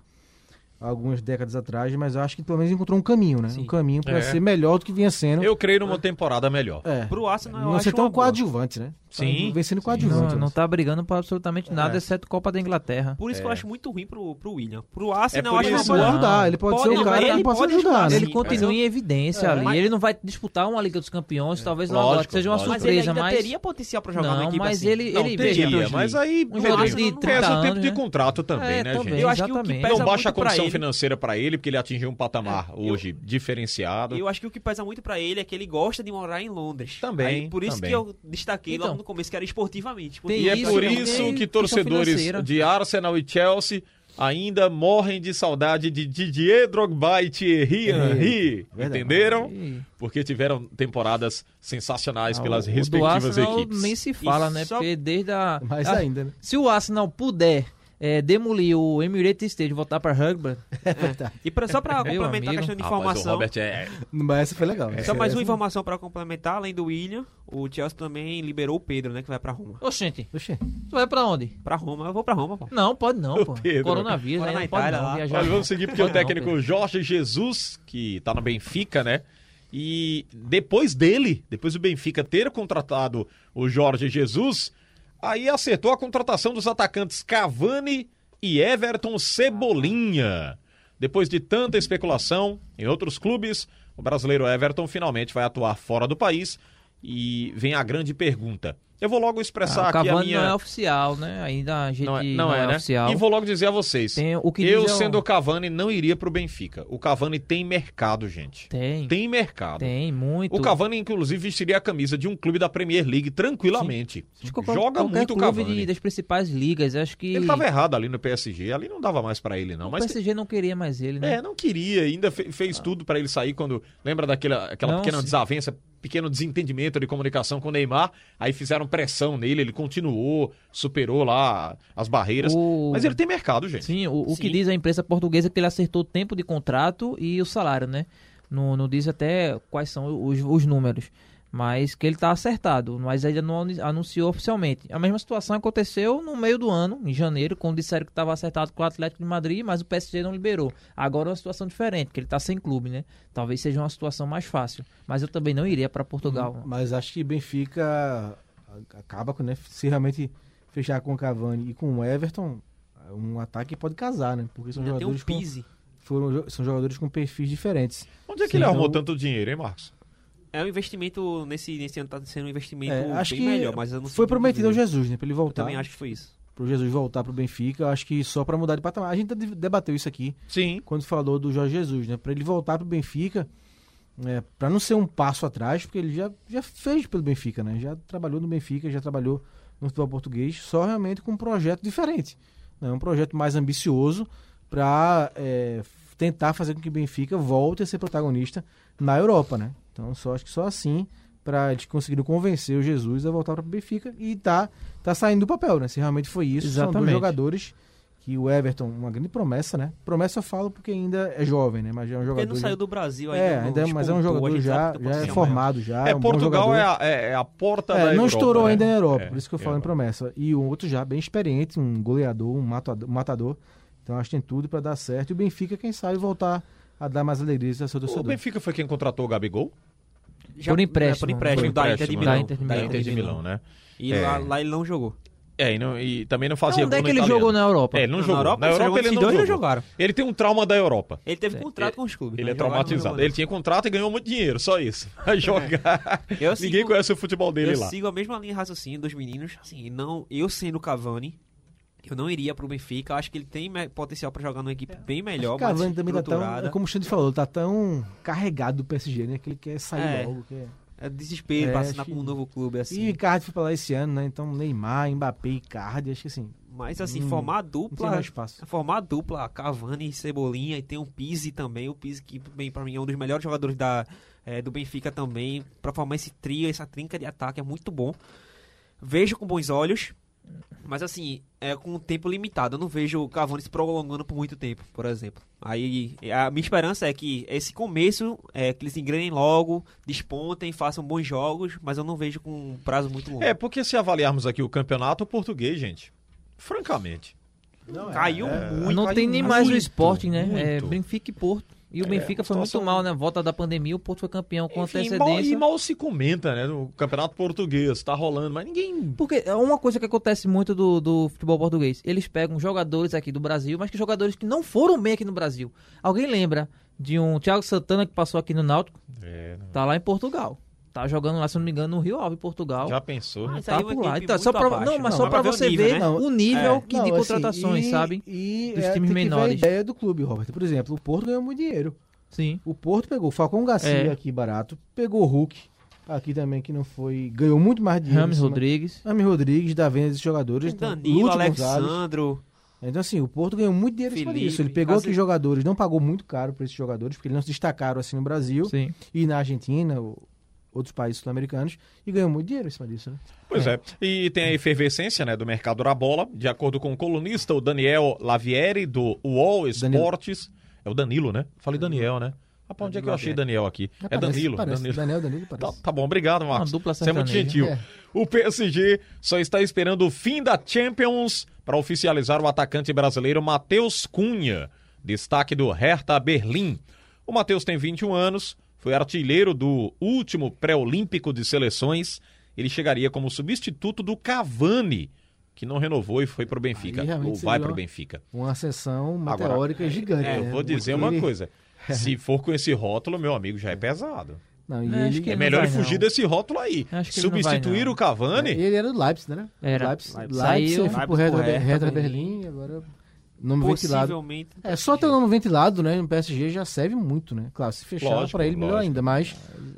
S5: há algumas décadas atrás, mas eu acho que pelo menos encontrou um caminho, né?
S6: Sim.
S5: Um caminho para
S4: É.
S5: ser melhor do que vinha sendo.
S4: Eu creio numa temporada melhor.
S5: É.
S6: Pro Arsenal, eu
S5: Não ser
S6: acho
S5: tão
S7: um
S6: uma boa.
S5: coadjuvante, né?
S4: Sim.
S5: Vem sendo coadjuvante.
S7: Não, não tá brigando por absolutamente nada,
S4: É.
S7: exceto Copa da Inglaterra.
S6: Por isso que eu acho muito ruim pro, pro William. Pro Arsenal,
S4: É por
S6: eu acho
S5: Ele
S6: uma
S4: isso,
S5: pode
S6: boa.
S7: não.
S5: ajudar, ele pode
S6: Pode,
S5: ser
S6: ele
S5: o cara
S6: vai-
S5: que
S6: ele
S5: pode se
S6: pode
S5: ajudar.
S6: ajudar,
S5: né?
S7: Ele É,
S6: Sim,
S7: continua em evidência ali.
S6: mas-
S7: Ele não vai disputar uma Liga dos Campeões, talvez lá
S4: Lógico,
S7: agora, que seja uma
S4: lógico.
S6: Mas ele
S7: surpresa,
S6: ainda
S7: mas.
S6: teria potencial pra jogar
S7: não,
S6: uma equipe
S7: mas
S6: assim.
S7: ele,
S4: Não,
S7: ele
S4: teria,
S7: veja, Pedro,
S4: mas aí,
S7: um jogador
S4: Pedrinho,
S7: de 30
S4: pesa o tempo
S7: anos,
S4: de
S7: né?
S4: contrato também,
S7: É,
S4: né,
S7: também,
S4: gente?
S6: Eu acho que o que
S7: exatamente.
S6: pesa
S4: não baixa a
S6: muito pra
S4: condição
S6: ele-
S4: financeira pra ele, porque ele atingiu um patamar hoje diferenciado.
S6: Eu acho que o que pesa muito pra ele é que ele gosta de morar em Londres.
S4: Também,
S6: Aí, por isso
S4: também.
S6: que eu destaquei
S7: Então.
S6: logo no começo que era esportivamente.
S7: Tem
S4: E é
S7: isso
S4: por
S7: também,
S4: isso
S7: tem
S4: que
S7: questão
S4: torcedores
S7: financeira.
S4: de Arsenal e Chelsea ainda morrem de saudade de Didier Drogba e Thierry Henry.
S5: verdade.
S4: Entenderam?
S7: E-
S4: Porque tiveram temporadas sensacionais
S7: Ah,
S4: pelas
S7: o- o do
S4: respectivas
S7: Arsenal
S4: equipes.
S7: Nem se fala,
S6: E
S7: né?
S6: só-
S7: Porque desde a.
S5: Mais
S7: a-
S5: ainda, né?
S7: Se o Arsenal puder eh, demolir o Emirates Stadium e voltar pra Rugby,
S6: E pra- só pra
S7: Meu
S6: complementar a
S7: amigo.
S6: questão de
S4: Ah, mas o
S6: informação.
S4: Robert é...
S5: Mas essa foi legal.
S6: Só
S5: Essa-
S6: Então, mais um uma
S5: essa-
S6: informação pra complementar, além do William, o Chelsea também liberou o Pedro, né, que vai pra Roma.
S7: Oxente,
S5: Oxê.
S7: tu vai pra onde?
S6: Pra Roma, eu vou pra Roma, pô.
S7: Não, pode não, pô.
S4: Pedro.
S7: Coronavírus,
S6: Mora
S7: aí
S6: na
S7: não pode
S6: Itália
S7: não
S6: lá.
S7: viajar.
S4: Olha, vamos seguir, porque
S7: Não, Ah,
S4: o técnico
S7: Pedro.
S4: Jorge Jesus, que tá no Benfica, né? E depois dele, depois do Benfica ter contratado o Jorge Jesus, aí acertou a contratação dos atacantes Cavani e Everton Cebolinha. Depois de tanta especulação em outros clubes, o brasileiro Everton finalmente vai atuar fora do país e vem a grande pergunta. Eu vou logo expressar
S7: Ah, o
S4: aqui a
S7: Cavani
S4: minha
S7: não é oficial, né? Ainda a gente
S4: não é, não é, né?
S7: oficial.
S4: E vou logo dizer a vocês.
S7: Tem o que
S4: eu,
S7: diz é o-
S4: sendo o Cavani, não iria pro Benfica. O Cavani tem mercado, gente.
S7: Tem, tem,
S4: Tem mercado.
S7: muito.
S4: O Cavani, inclusive, vestiria a camisa de um clube da Premier League tranquilamente.
S7: Acho que
S4: Joga
S7: qualquer
S4: muito o
S7: clube
S4: Cavani.
S7: de- das principais ligas, acho que...
S4: Ele tava errado ali no PSG. Ali não dava mais pra ele, não.
S7: o
S4: Mas
S7: PSG não queria mais ele, né? Ah.
S4: é, não queria, ainda fe- fez tudo pra ele sair quando. Lembra daquela aquela
S7: Não,
S4: pequena
S7: sim.
S4: desavença, pequeno desentendimento de comunicação com o Neymar? Aí fizeram pressão nele, ele continuou, superou lá as barreiras.
S7: O-
S4: Mas ele tem mercado, gente.
S7: Sim, o, o que
S6: Sim.
S7: diz a imprensa portuguesa é que ele acertou o tempo de contrato e o salário, né? Não, não diz até quais são os, os números. Mas que ele está acertado, mas ainda não anu- anunciou oficialmente. A mesma situação aconteceu no meio do ano, em janeiro, quando disseram que estava acertado com o Atlético de Madrid, mas o PSG não liberou. Agora é uma situação diferente, que ele está sem clube, né? Talvez seja uma situação mais fácil. Mas eu também não iria para Portugal.
S5: Mas acho que Benfica acaba com, né? Se realmente fechar com o Cavani e com o Everton, um ataque pode casar, né? Porque são
S6: Ainda tem um
S5: jogadores, com,
S6: Pise.
S5: foram jo- são jogadores com perfis diferentes.
S4: Onde é que
S5: Sim,
S4: ele arrumou
S5: então-
S4: tanto dinheiro, hein, Marcos?
S6: É um investimento, nesse, nesse ano tá sendo um investimento
S5: É, acho
S6: bem
S5: que
S6: melhor, mas eu não sei
S5: foi
S6: como
S5: prometido ao
S6: dizer.
S5: Jesus, né? Pra ele
S6: Eu
S5: voltar.
S6: também acho que foi isso.
S5: Pro Jesus voltar pro Benfica, eu acho que só pra mudar de patamar. A gente de- debateu isso aqui
S4: Sim.
S5: quando falou do Jorge Jesus, né? Pra ele voltar pro Benfica, né? para não ser um passo atrás, porque ele já, já fez pelo Benfica, né? Já trabalhou no Benfica, já trabalhou no futebol português, só realmente com um projeto diferente, né? Um projeto mais ambicioso para tentar fazer com que o Benfica volte a ser protagonista na Europa, né? Então, só acho que só assim para eles conseguiram convencer o Jesus a voltar para o Benfica e tá tá saindo do papel, né? Se realmente foi isso, são dois
S7: Exatamente.
S5: jogadores que o Everton, uma grande promessa, né? Promessa eu falo porque ainda é jovem, né? Mas já é um jogador
S6: Porque ele não
S5: já-
S6: saiu do Brasil ainda.
S5: é,
S6: não
S5: ainda, é- mas é um
S6: despontou, a
S5: jogador
S6: gente
S5: já,
S6: sabe que tá tem
S5: já é
S6: potencial
S5: formado, já
S4: É,
S5: é um bom
S4: Portugal
S5: jogador.
S4: é a, é- é a porta da
S5: É,
S4: Europa,
S5: não estourou
S4: né?
S5: ainda na Europa,
S4: É,
S5: por isso que eu
S4: é
S5: falo em
S4: Europa.
S5: promessa. E um outro já bem experiente, um goleador, um matado- um matador. Então acho que tem tudo para dar certo. E o Benfica, quem sabe, voltar a dar mais alegrias ao seu
S4: O
S5: torcedor.
S4: Benfica foi quem contratou o Gabigol?
S6: maior. Já-
S7: Por
S6: é,
S7: empréstimo.
S6: Por empréstimo,
S7: Por
S6: da Inter de
S4: empréstimo,
S6: Milão.
S7: né? Da Inter de
S4: Da Inter de
S7: Milão.
S4: Milão, né?
S6: E
S4: É.
S6: lá, lá ele não jogou.
S4: É, e, não- e também não fazia
S7: Onde
S4: gol
S7: é que
S4: no
S7: ele
S4: italiano.
S7: jogou na Europa?
S4: É, ele não
S6: Na
S4: jogou.
S6: Europa,
S4: na
S6: ele só
S4: Europa
S6: jogou
S4: ele
S6: esses
S4: não
S6: dois,
S4: jogou.
S6: eles jogaram.
S4: Ele tem um trauma da Europa.
S6: Ele teve contrato com os clubes.
S4: É, Ele
S6: né?
S4: é
S6: Jogava, mas não
S4: traumatizado.
S6: jogava.
S4: Ele tinha contrato e ganhou muito dinheiro, só isso. Vai jogar.
S6: Eu
S4: Ninguém
S6: sigo-
S4: conhece o futebol dele
S6: eu
S4: lá.
S6: sigo a mesma linha de raciocínio dos meninos. Assim, não, eu sendo Cavani, eu não iria pro Benfica. Acho que ele tem me- potencial pra jogar numa equipe bem é melhor,
S5: o É. Cavani
S6: mais
S5: também tá tão,
S6: estruturada.
S5: é como o Xande falou, tá tão carregado do PSG, né? Que ele quer sair
S6: É.
S5: logo. Quer...
S6: É desespero
S5: É,
S6: pra assinar
S5: acho
S6: com um
S5: que-
S6: novo clube,
S5: E o
S6: assim.
S5: Icardi foi pra lá esse ano, né? Então Neymar, Mbappé, Icardi, acho que assim,
S6: Mas, assim,
S5: Hum,
S6: formar a
S5: não tem
S6: dupla...
S5: mais espaço.
S6: É Formar a dupla Cavani e Cebolinha e tem o Pise também, o Pise que bem para mim é um dos melhores jogadores da, eh, do Benfica também, pra formar esse trio, essa trinca de ataque é muito bom. Vejo com bons olhos, mas assim, é com um tempo limitado. Eu não vejo o Cavani se prolongando por muito tempo, por exemplo. Aí a minha esperança é que esse começo, é, que eles engrenem logo, despontem, façam bons jogos, mas eu não vejo com um prazo muito longo.
S4: É, porque se avaliarmos aqui o campeonato português, gente, francamente,
S6: caiu muito.
S7: Não
S6: caiu um
S7: tem nem mais o
S6: muito. É,
S7: esporte, né? É
S4: muito.
S7: Benfica e Porto. E o Benfica foi muito
S4: situação-
S7: mal, né? Volta da pandemia, o Porto foi campeão com
S4: Enfim, mal, e
S7: antecedência.
S4: mal se comenta, né? O campeonato português tá rolando, mas ninguém.
S7: Porque é uma coisa que acontece muito do, do futebol português. Eles pegam jogadores aqui do Brasil, mas que jogadores que não foram bem aqui no Brasil. Alguém lembra de um Thiago Santana que passou aqui no Náutico?
S4: É, não-
S7: Tá lá em Portugal. Tá jogando lá, se eu não me engano, no Rio Ave, Portugal.
S4: já pensou? né?
S6: Mas
S7: tá
S6: aí é uma
S7: por lá.
S6: equipe
S7: Então, só
S6: muito
S7: pra, não,
S6: abaixo.
S7: mas
S6: Não,
S7: só
S6: mas
S7: pra
S6: pra ver o
S7: você
S6: nível,
S7: ver
S6: né?
S7: o nível
S5: É.
S7: que
S5: Não,
S7: de
S5: assim,
S7: contratações,
S5: e-
S7: sabe?
S5: E
S7: Dos
S5: é,
S7: times
S5: tem que ver
S7: menores.
S5: a ideia do clube, Robert. Por exemplo, o Porto ganhou muito dinheiro.
S7: Sim.
S5: O Porto pegou o Falcão Garcia
S7: É.
S5: aqui barato, pegou o Hulk aqui também que não foi, ganhou muito mais dinheiro.
S7: Rames
S6: né?
S5: em cima-
S7: Rodrigues.
S5: Rami Rodrigues da venda desses jogadores, então,
S6: Danilo,
S5: Lúcio Gonzalez.
S6: Alexandro.
S5: Então assim, o Porto ganhou muito dinheiro em cima
S6: Felipe,
S5: disso. Ele pegou
S6: Case-
S5: aqui jogadores, não pagou muito caro para esses jogadores, porque eles não se destacaram assim no Brasil
S7: Sim.
S5: e na Argentina, ou outros países sul-americanos, e ganhou muito dinheiro em cima disso, né?
S4: Pois é. E tem a efervescência né, do mercado da bola. De acordo com o colunista, o Daniel Lavieri, do UOL Esportes. É o Danilo, né? Falei Daniel, né? Rapaz, onde é que eu achei Daniel aqui? É
S5: Parece-
S4: Danilo.
S5: parece.
S4: Danilo.
S5: Daniel, Danilo,
S4: Tá,
S5: parece.
S4: tá bom, obrigado, Marcos.
S7: Uma dupla
S4: Você é muito
S7: sertaneja.
S4: gentil.
S5: É.
S4: O PSG só está esperando o fim da Champions para oficializar o atacante brasileiro Matheus Cunha, destaque do Hertha Berlim. O Matheus tem 21 anos, foi artilheiro do último pré-olímpico de seleções. Ele chegaria como substituto do Cavani, que não renovou e foi pro Benfica.
S5: Aí realmente
S4: Ou vai
S5: seria
S4: pro
S5: uma-
S4: Benfica.
S5: Uma ascensão
S4: Agora, é,
S5: meteórica gigante.
S4: Eu
S5: né?
S4: vou dizer
S5: Porque
S4: uma
S5: ele-
S4: coisa. Se for com esse rótulo, meu amigo, já é pesado.
S5: Não, e
S7: É, acho
S5: ele,
S7: que
S4: É
S7: Ele não
S4: melhor
S7: vai,
S4: ele fugir
S7: não.
S4: desse rótulo aí.
S7: Eu acho que ele não vai,
S4: Substituir
S7: não.
S4: o Cavani.
S5: ele era do Leipzig, né?
S7: Era.
S5: Leipzig,
S6: Leipzig.
S5: Leipzig, Leipzig,
S7: Saiu.
S5: foi pro
S6: Leipzig
S5: Hertha,
S6: pro Hertha
S5: Hertha
S6: Berlim.
S5: Berlim, agora nome ventilado.
S6: Possivelmente.
S5: É, só ter o nome ventilado, né, no PSG já serve muito, né? Claro, se fechar
S4: Lógico,
S5: pra ele, melhor
S4: lógico.
S5: ainda, mas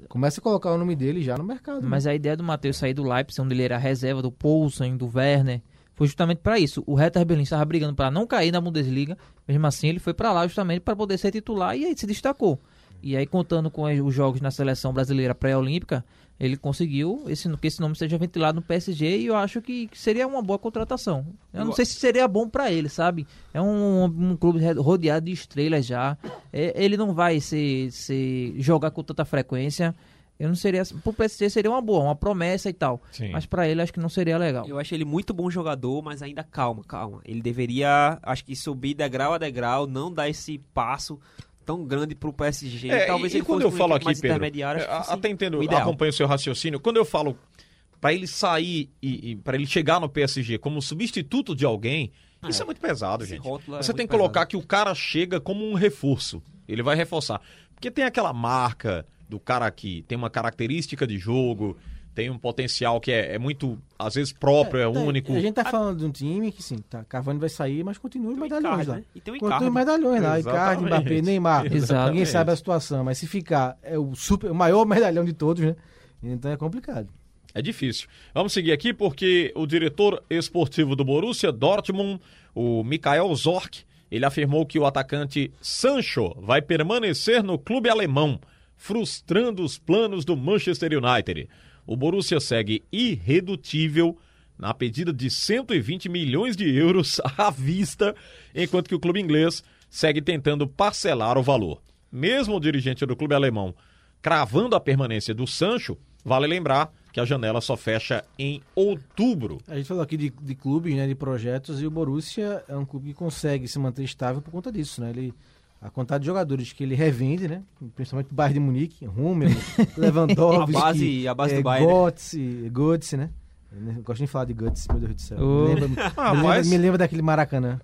S5: começa a colocar o nome dele já no mercado.
S7: Mas a ideia do Matheus sair do Leipzig, onde ele era a reserva do Poulsen, do Werner, foi justamente para isso. O Hertha Berlim estava brigando para não cair na Bundesliga, mesmo assim ele foi para lá justamente para poder ser titular e aí se destacou. E aí contando com os jogos na seleção brasileira pré-olímpica, ele conseguiu esse, que esse nome seja ventilado no PSG e eu acho que que seria uma boa contratação. Eu não
S6: Eu-
S7: sei se seria bom para ele, sabe? É um, um clube re- rodeado de estrelas já. É, ele não vai se, se jogar com tanta frequência. Eu não seria. Pro PSG seria uma boa, uma promessa e tal.
S4: Sim.
S7: Mas pra ele acho que não seria legal.
S6: Eu acho ele muito bom jogador, mas ainda calma, calma. Ele deveria, acho que subir degrau a degrau, não dar esse passo tão grande pro PSG.
S4: É,
S6: Talvez
S4: e, e
S6: ele
S4: quando
S6: fosse
S4: eu
S6: pra um
S4: falo aqui,
S6: equipe mais
S4: Pedro,
S6: intermediário,
S4: é,
S6: acho que
S4: a-
S6: fosse
S4: até entendo,
S6: o ideal.
S4: acompanho o seu raciocínio. Quando eu falo pra ele sair e, e para ele chegar no PSG como substituto de alguém, isso é muito pesado,
S6: Esse
S4: gente.
S6: rótulo é
S4: Você tem
S6: muito
S4: que colocar
S6: pesado.
S4: que o cara chega como um reforço. Ele vai reforçar. Porque tem aquela marca do cara que tem uma característica de jogo, tem um potencial que é, é muito, às vezes, próprio, é,
S5: Tá,
S4: único.
S5: A gente tá falando de um time que, sim, tá, Cavani vai sair, mas continua os
S6: Tem o
S5: medalhões
S6: Icardi,
S5: lá.
S6: né? E tem o
S5: Continua os
S6: Icardi.
S5: medalhões lá.
S4: Exatamente.
S5: Icardi, Mbappé, Neymar.
S7: Exato.
S5: Ninguém sabe a situação, mas se ficar, é o, super, o maior medalhão de todos, né? Então é complicado.
S4: É difícil. Vamos seguir aqui porque o diretor esportivo do Borussia Dortmund, o Michael Zorc, ele afirmou que o atacante Sancho vai permanecer no clube alemão, frustrando os planos do Manchester United. O Borussia segue irredutível na pedida de 120 milhões de euros à vista, enquanto que o clube inglês segue tentando parcelar o valor. Mesmo o dirigente do clube alemão cravando a permanência do Sancho, vale lembrar que a janela só fecha em outubro.
S5: A gente falou aqui de, de clubes, né, de projetos, e o Borussia é um clube que consegue se manter estável por conta disso, né? Ele, a quantidade de jogadores que ele revende, né? Principalmente o Bayern de Munique, Rúmel, Lewandowski,
S6: A base- a base do
S5: eh,
S6: Bayern, né?
S5: Götze, Götze, né? Eu não gosto nem de falar de Götze, meu Deus do céu.
S7: Ô.
S5: Me, lembra,
S4: Ah,
S5: me,
S4: mas-
S5: lembra, me lembra daquele Maracanã,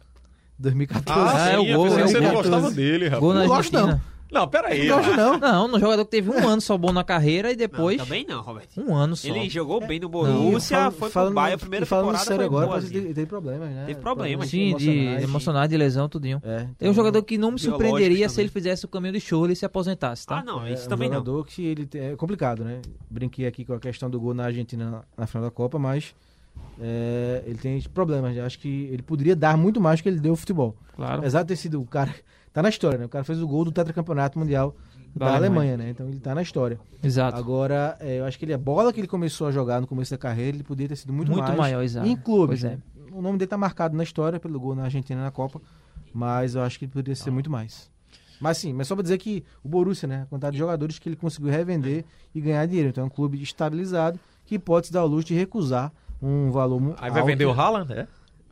S5: 2014.
S7: Ah, é o
S4: eu
S7: gol,
S4: pensei
S7: é
S4: que
S7: o
S4: você não
S7: 14.
S4: gostava dele, rapaz.
S7: Gol na
S5: Não gosto, não.
S7: Argentina.
S4: Não, peraí.
S5: Não, acho não.
S7: Não, um jogador que teve um ano só bom na carreira e depois.
S6: Não, também não, Robert.
S7: um ano só.
S6: Ele jogou bem no
S5: É. Não,
S6: Borussia,
S5: falo-
S6: foi
S5: falando-
S6: pro Bayern, a primeira
S5: e falando
S6: temporada
S5: sério
S6: foi
S5: agora,
S6: boa, assim.
S5: parece que teve, teve problemas, né?
S6: Teve problemas.
S7: Sim, de, de
S5: emocionais.
S7: emocionado, de lesão, tudinho.
S5: É,
S7: É um
S5: então-
S7: jogador que não me
S6: Biológicos
S7: surpreenderia se
S6: também.
S7: ele fizesse o caminho de Cholo e se aposentasse, tá?
S6: Ah, não, isso
S5: é um
S6: também não.
S5: jogador que ele tem- é complicado, né? Brinquei aqui com a questão do gol na Argentina na final da Copa, mas é, ele tem problemas. né? Acho que ele poderia dar muito mais do que ele deu ao futebol.
S7: Claro.
S5: Apesar de ter sido o cara. Tá na história, né? O cara fez o gol do tetracampeonato mundial da,
S7: Da Alemanha.
S5: Alemanha. né? Então ele tá na história.
S7: Exato.
S5: Agora, é, eu acho que ele, a bola que ele começou a jogar no começo da carreira, ele poderia ter sido muito,
S7: Muito
S5: mais
S7: maior, exato.
S5: em clubes.
S7: Pois é.
S5: né? O nome dele tá marcado na história pelo gol na Argentina na Copa, mas eu acho que ele poderia
S7: Então.
S5: ser muito mais. Mas sim, mas só pra dizer que o Borussia, né? A quantidade de jogadores que ele conseguiu revender e ganhar dinheiro. Então é um clube estabilizado que pode se dar o luxo de recusar um valor muito
S4: Aí vai
S5: alto.
S7: é?
S4: vender o Haaland, né?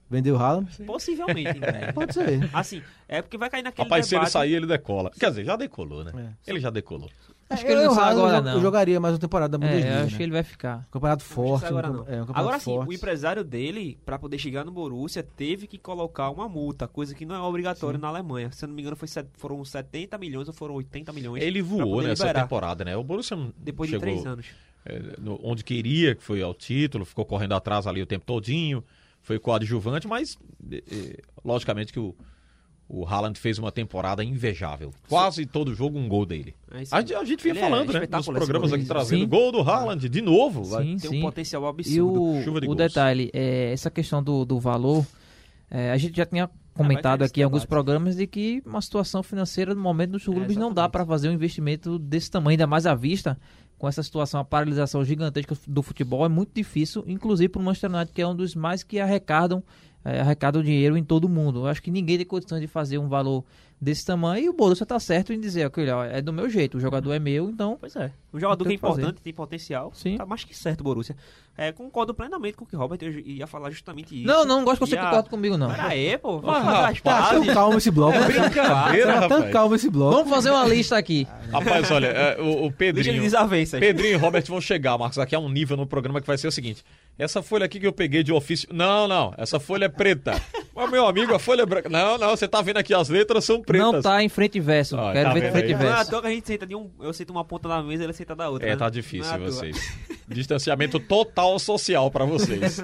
S5: Vendeu o Haaland?
S6: Possivelmente, né?
S5: Pode ser.
S6: Assim, é porque vai cair naquele
S4: Rapaz, se ele
S6: debate. É.
S4: sair, ele decola. Quer dizer, já decolou, né? Ele já decolou.
S7: Acho que ele não sai
S5: Haaland,
S7: agora,
S5: É, eu,
S7: não.
S5: eu jogaria mais uma temporada da Bundesliga.
S7: É, eu acho
S5: né?
S7: que ele vai ficar.
S5: Campeonato forte.
S6: agora
S5: um
S6: não.
S5: campe- é, um campeonato
S6: Agora sim,
S5: forte.
S6: o empresário dele, pra poder chegar no Borussia, teve que colocar uma multa, coisa que não é obrigatória na Alemanha. Se eu não me engano, foi, set- foram 70 milhões ou foram 80 milhões.
S4: Ele
S6: pra
S4: voou
S6: poder
S4: nessa
S6: liberar,
S4: temporada, né? O Borussia não
S6: Depois
S4: chegou,
S6: de três anos.
S4: é, no- onde queria, que foi ao título, ficou correndo atrás ali o tempo todinho, foi coadjuvante, mas é, é, logicamente que o, o Haaland fez uma temporada invejável. Quase todo jogo um gol dele.
S6: É isso
S4: a,
S6: mesmo.
S4: gente- a gente vinha
S6: Ele é
S4: falando, né? Nos
S6: espetacular esse
S4: programas
S6: gol
S4: aqui
S6: dele.
S4: trazendo
S7: Sim.
S4: gol do Haaland, de novo. vai.
S7: Sim,
S6: Tem
S7: sim.
S6: um potencial absurdo.
S7: E o,
S4: Chuva de
S7: o
S4: gols.
S7: detalhe, é, essa questão do, do valor, é, a gente já
S6: Ah,
S7: tinha comentado
S6: ter esse
S7: aqui em alguns
S6: debate.
S7: programas de que uma situação financeira no momento dos clubes não dá
S6: É, exatamente.
S7: para fazer um investimento desse tamanho, ainda mais à vista, com essa situação, a paralisação gigantesca do futebol, é muito difícil, inclusive para o Manchester United, que é um dos mais que arrecadam, é, arrecadam dinheiro em todo o mundo. Eu acho que ninguém tem condições de fazer um valor desse tamanho e o Borussia está certo em dizer, ok, ó, é do meu jeito, o jogador é meu, então...
S6: Pois é. Um jogador
S7: Não
S6: que é
S7: tem o que fazer.
S6: importante, tem potencial.
S7: Sim.
S6: Tá mais que certo, Borussia. É, concordo plenamente com o que o Robert eu ia falar justamente isso.
S7: Não, não gosto que você
S6: E a-
S7: concorde comigo, não.
S6: Peraí, pô.
S4: Ah,
S6: Vamos fazer as
S5: Tá
S6: pazes.
S5: tão calmo esse bloco.
S4: Brincadeira,
S5: Tá tão
S4: rapaz.
S5: calmo esse bloco.
S7: Vamos fazer uma lista aqui.
S6: Ah.
S4: Rapaz, olha, é, o, o
S6: Deixa de
S4: Pedrinho.
S6: desavenças.
S4: Pedrinho e Robert vão chegar, Marcos, aqui a um nível no programa que vai ser o seguinte. Essa folha aqui que eu peguei de ofício. Não, não, essa folha é preta. Mas, meu amigo, a folha é branca. Não, não, você tá vendo aqui, as letras são pretas.
S7: Não tá em frente e verso.
S4: Ah,
S7: Quero
S4: tá
S7: ver
S4: vendo
S7: frente e
S4: aí?
S6: Não é à
S7: verso.
S6: toa que a gente senta de um. Eu sento uma ponta da mesa e ele senta da outra.
S4: É,
S6: né?
S4: tá difícil
S6: Não é à toa.
S4: vocês. Distanciamento total social pra vocês.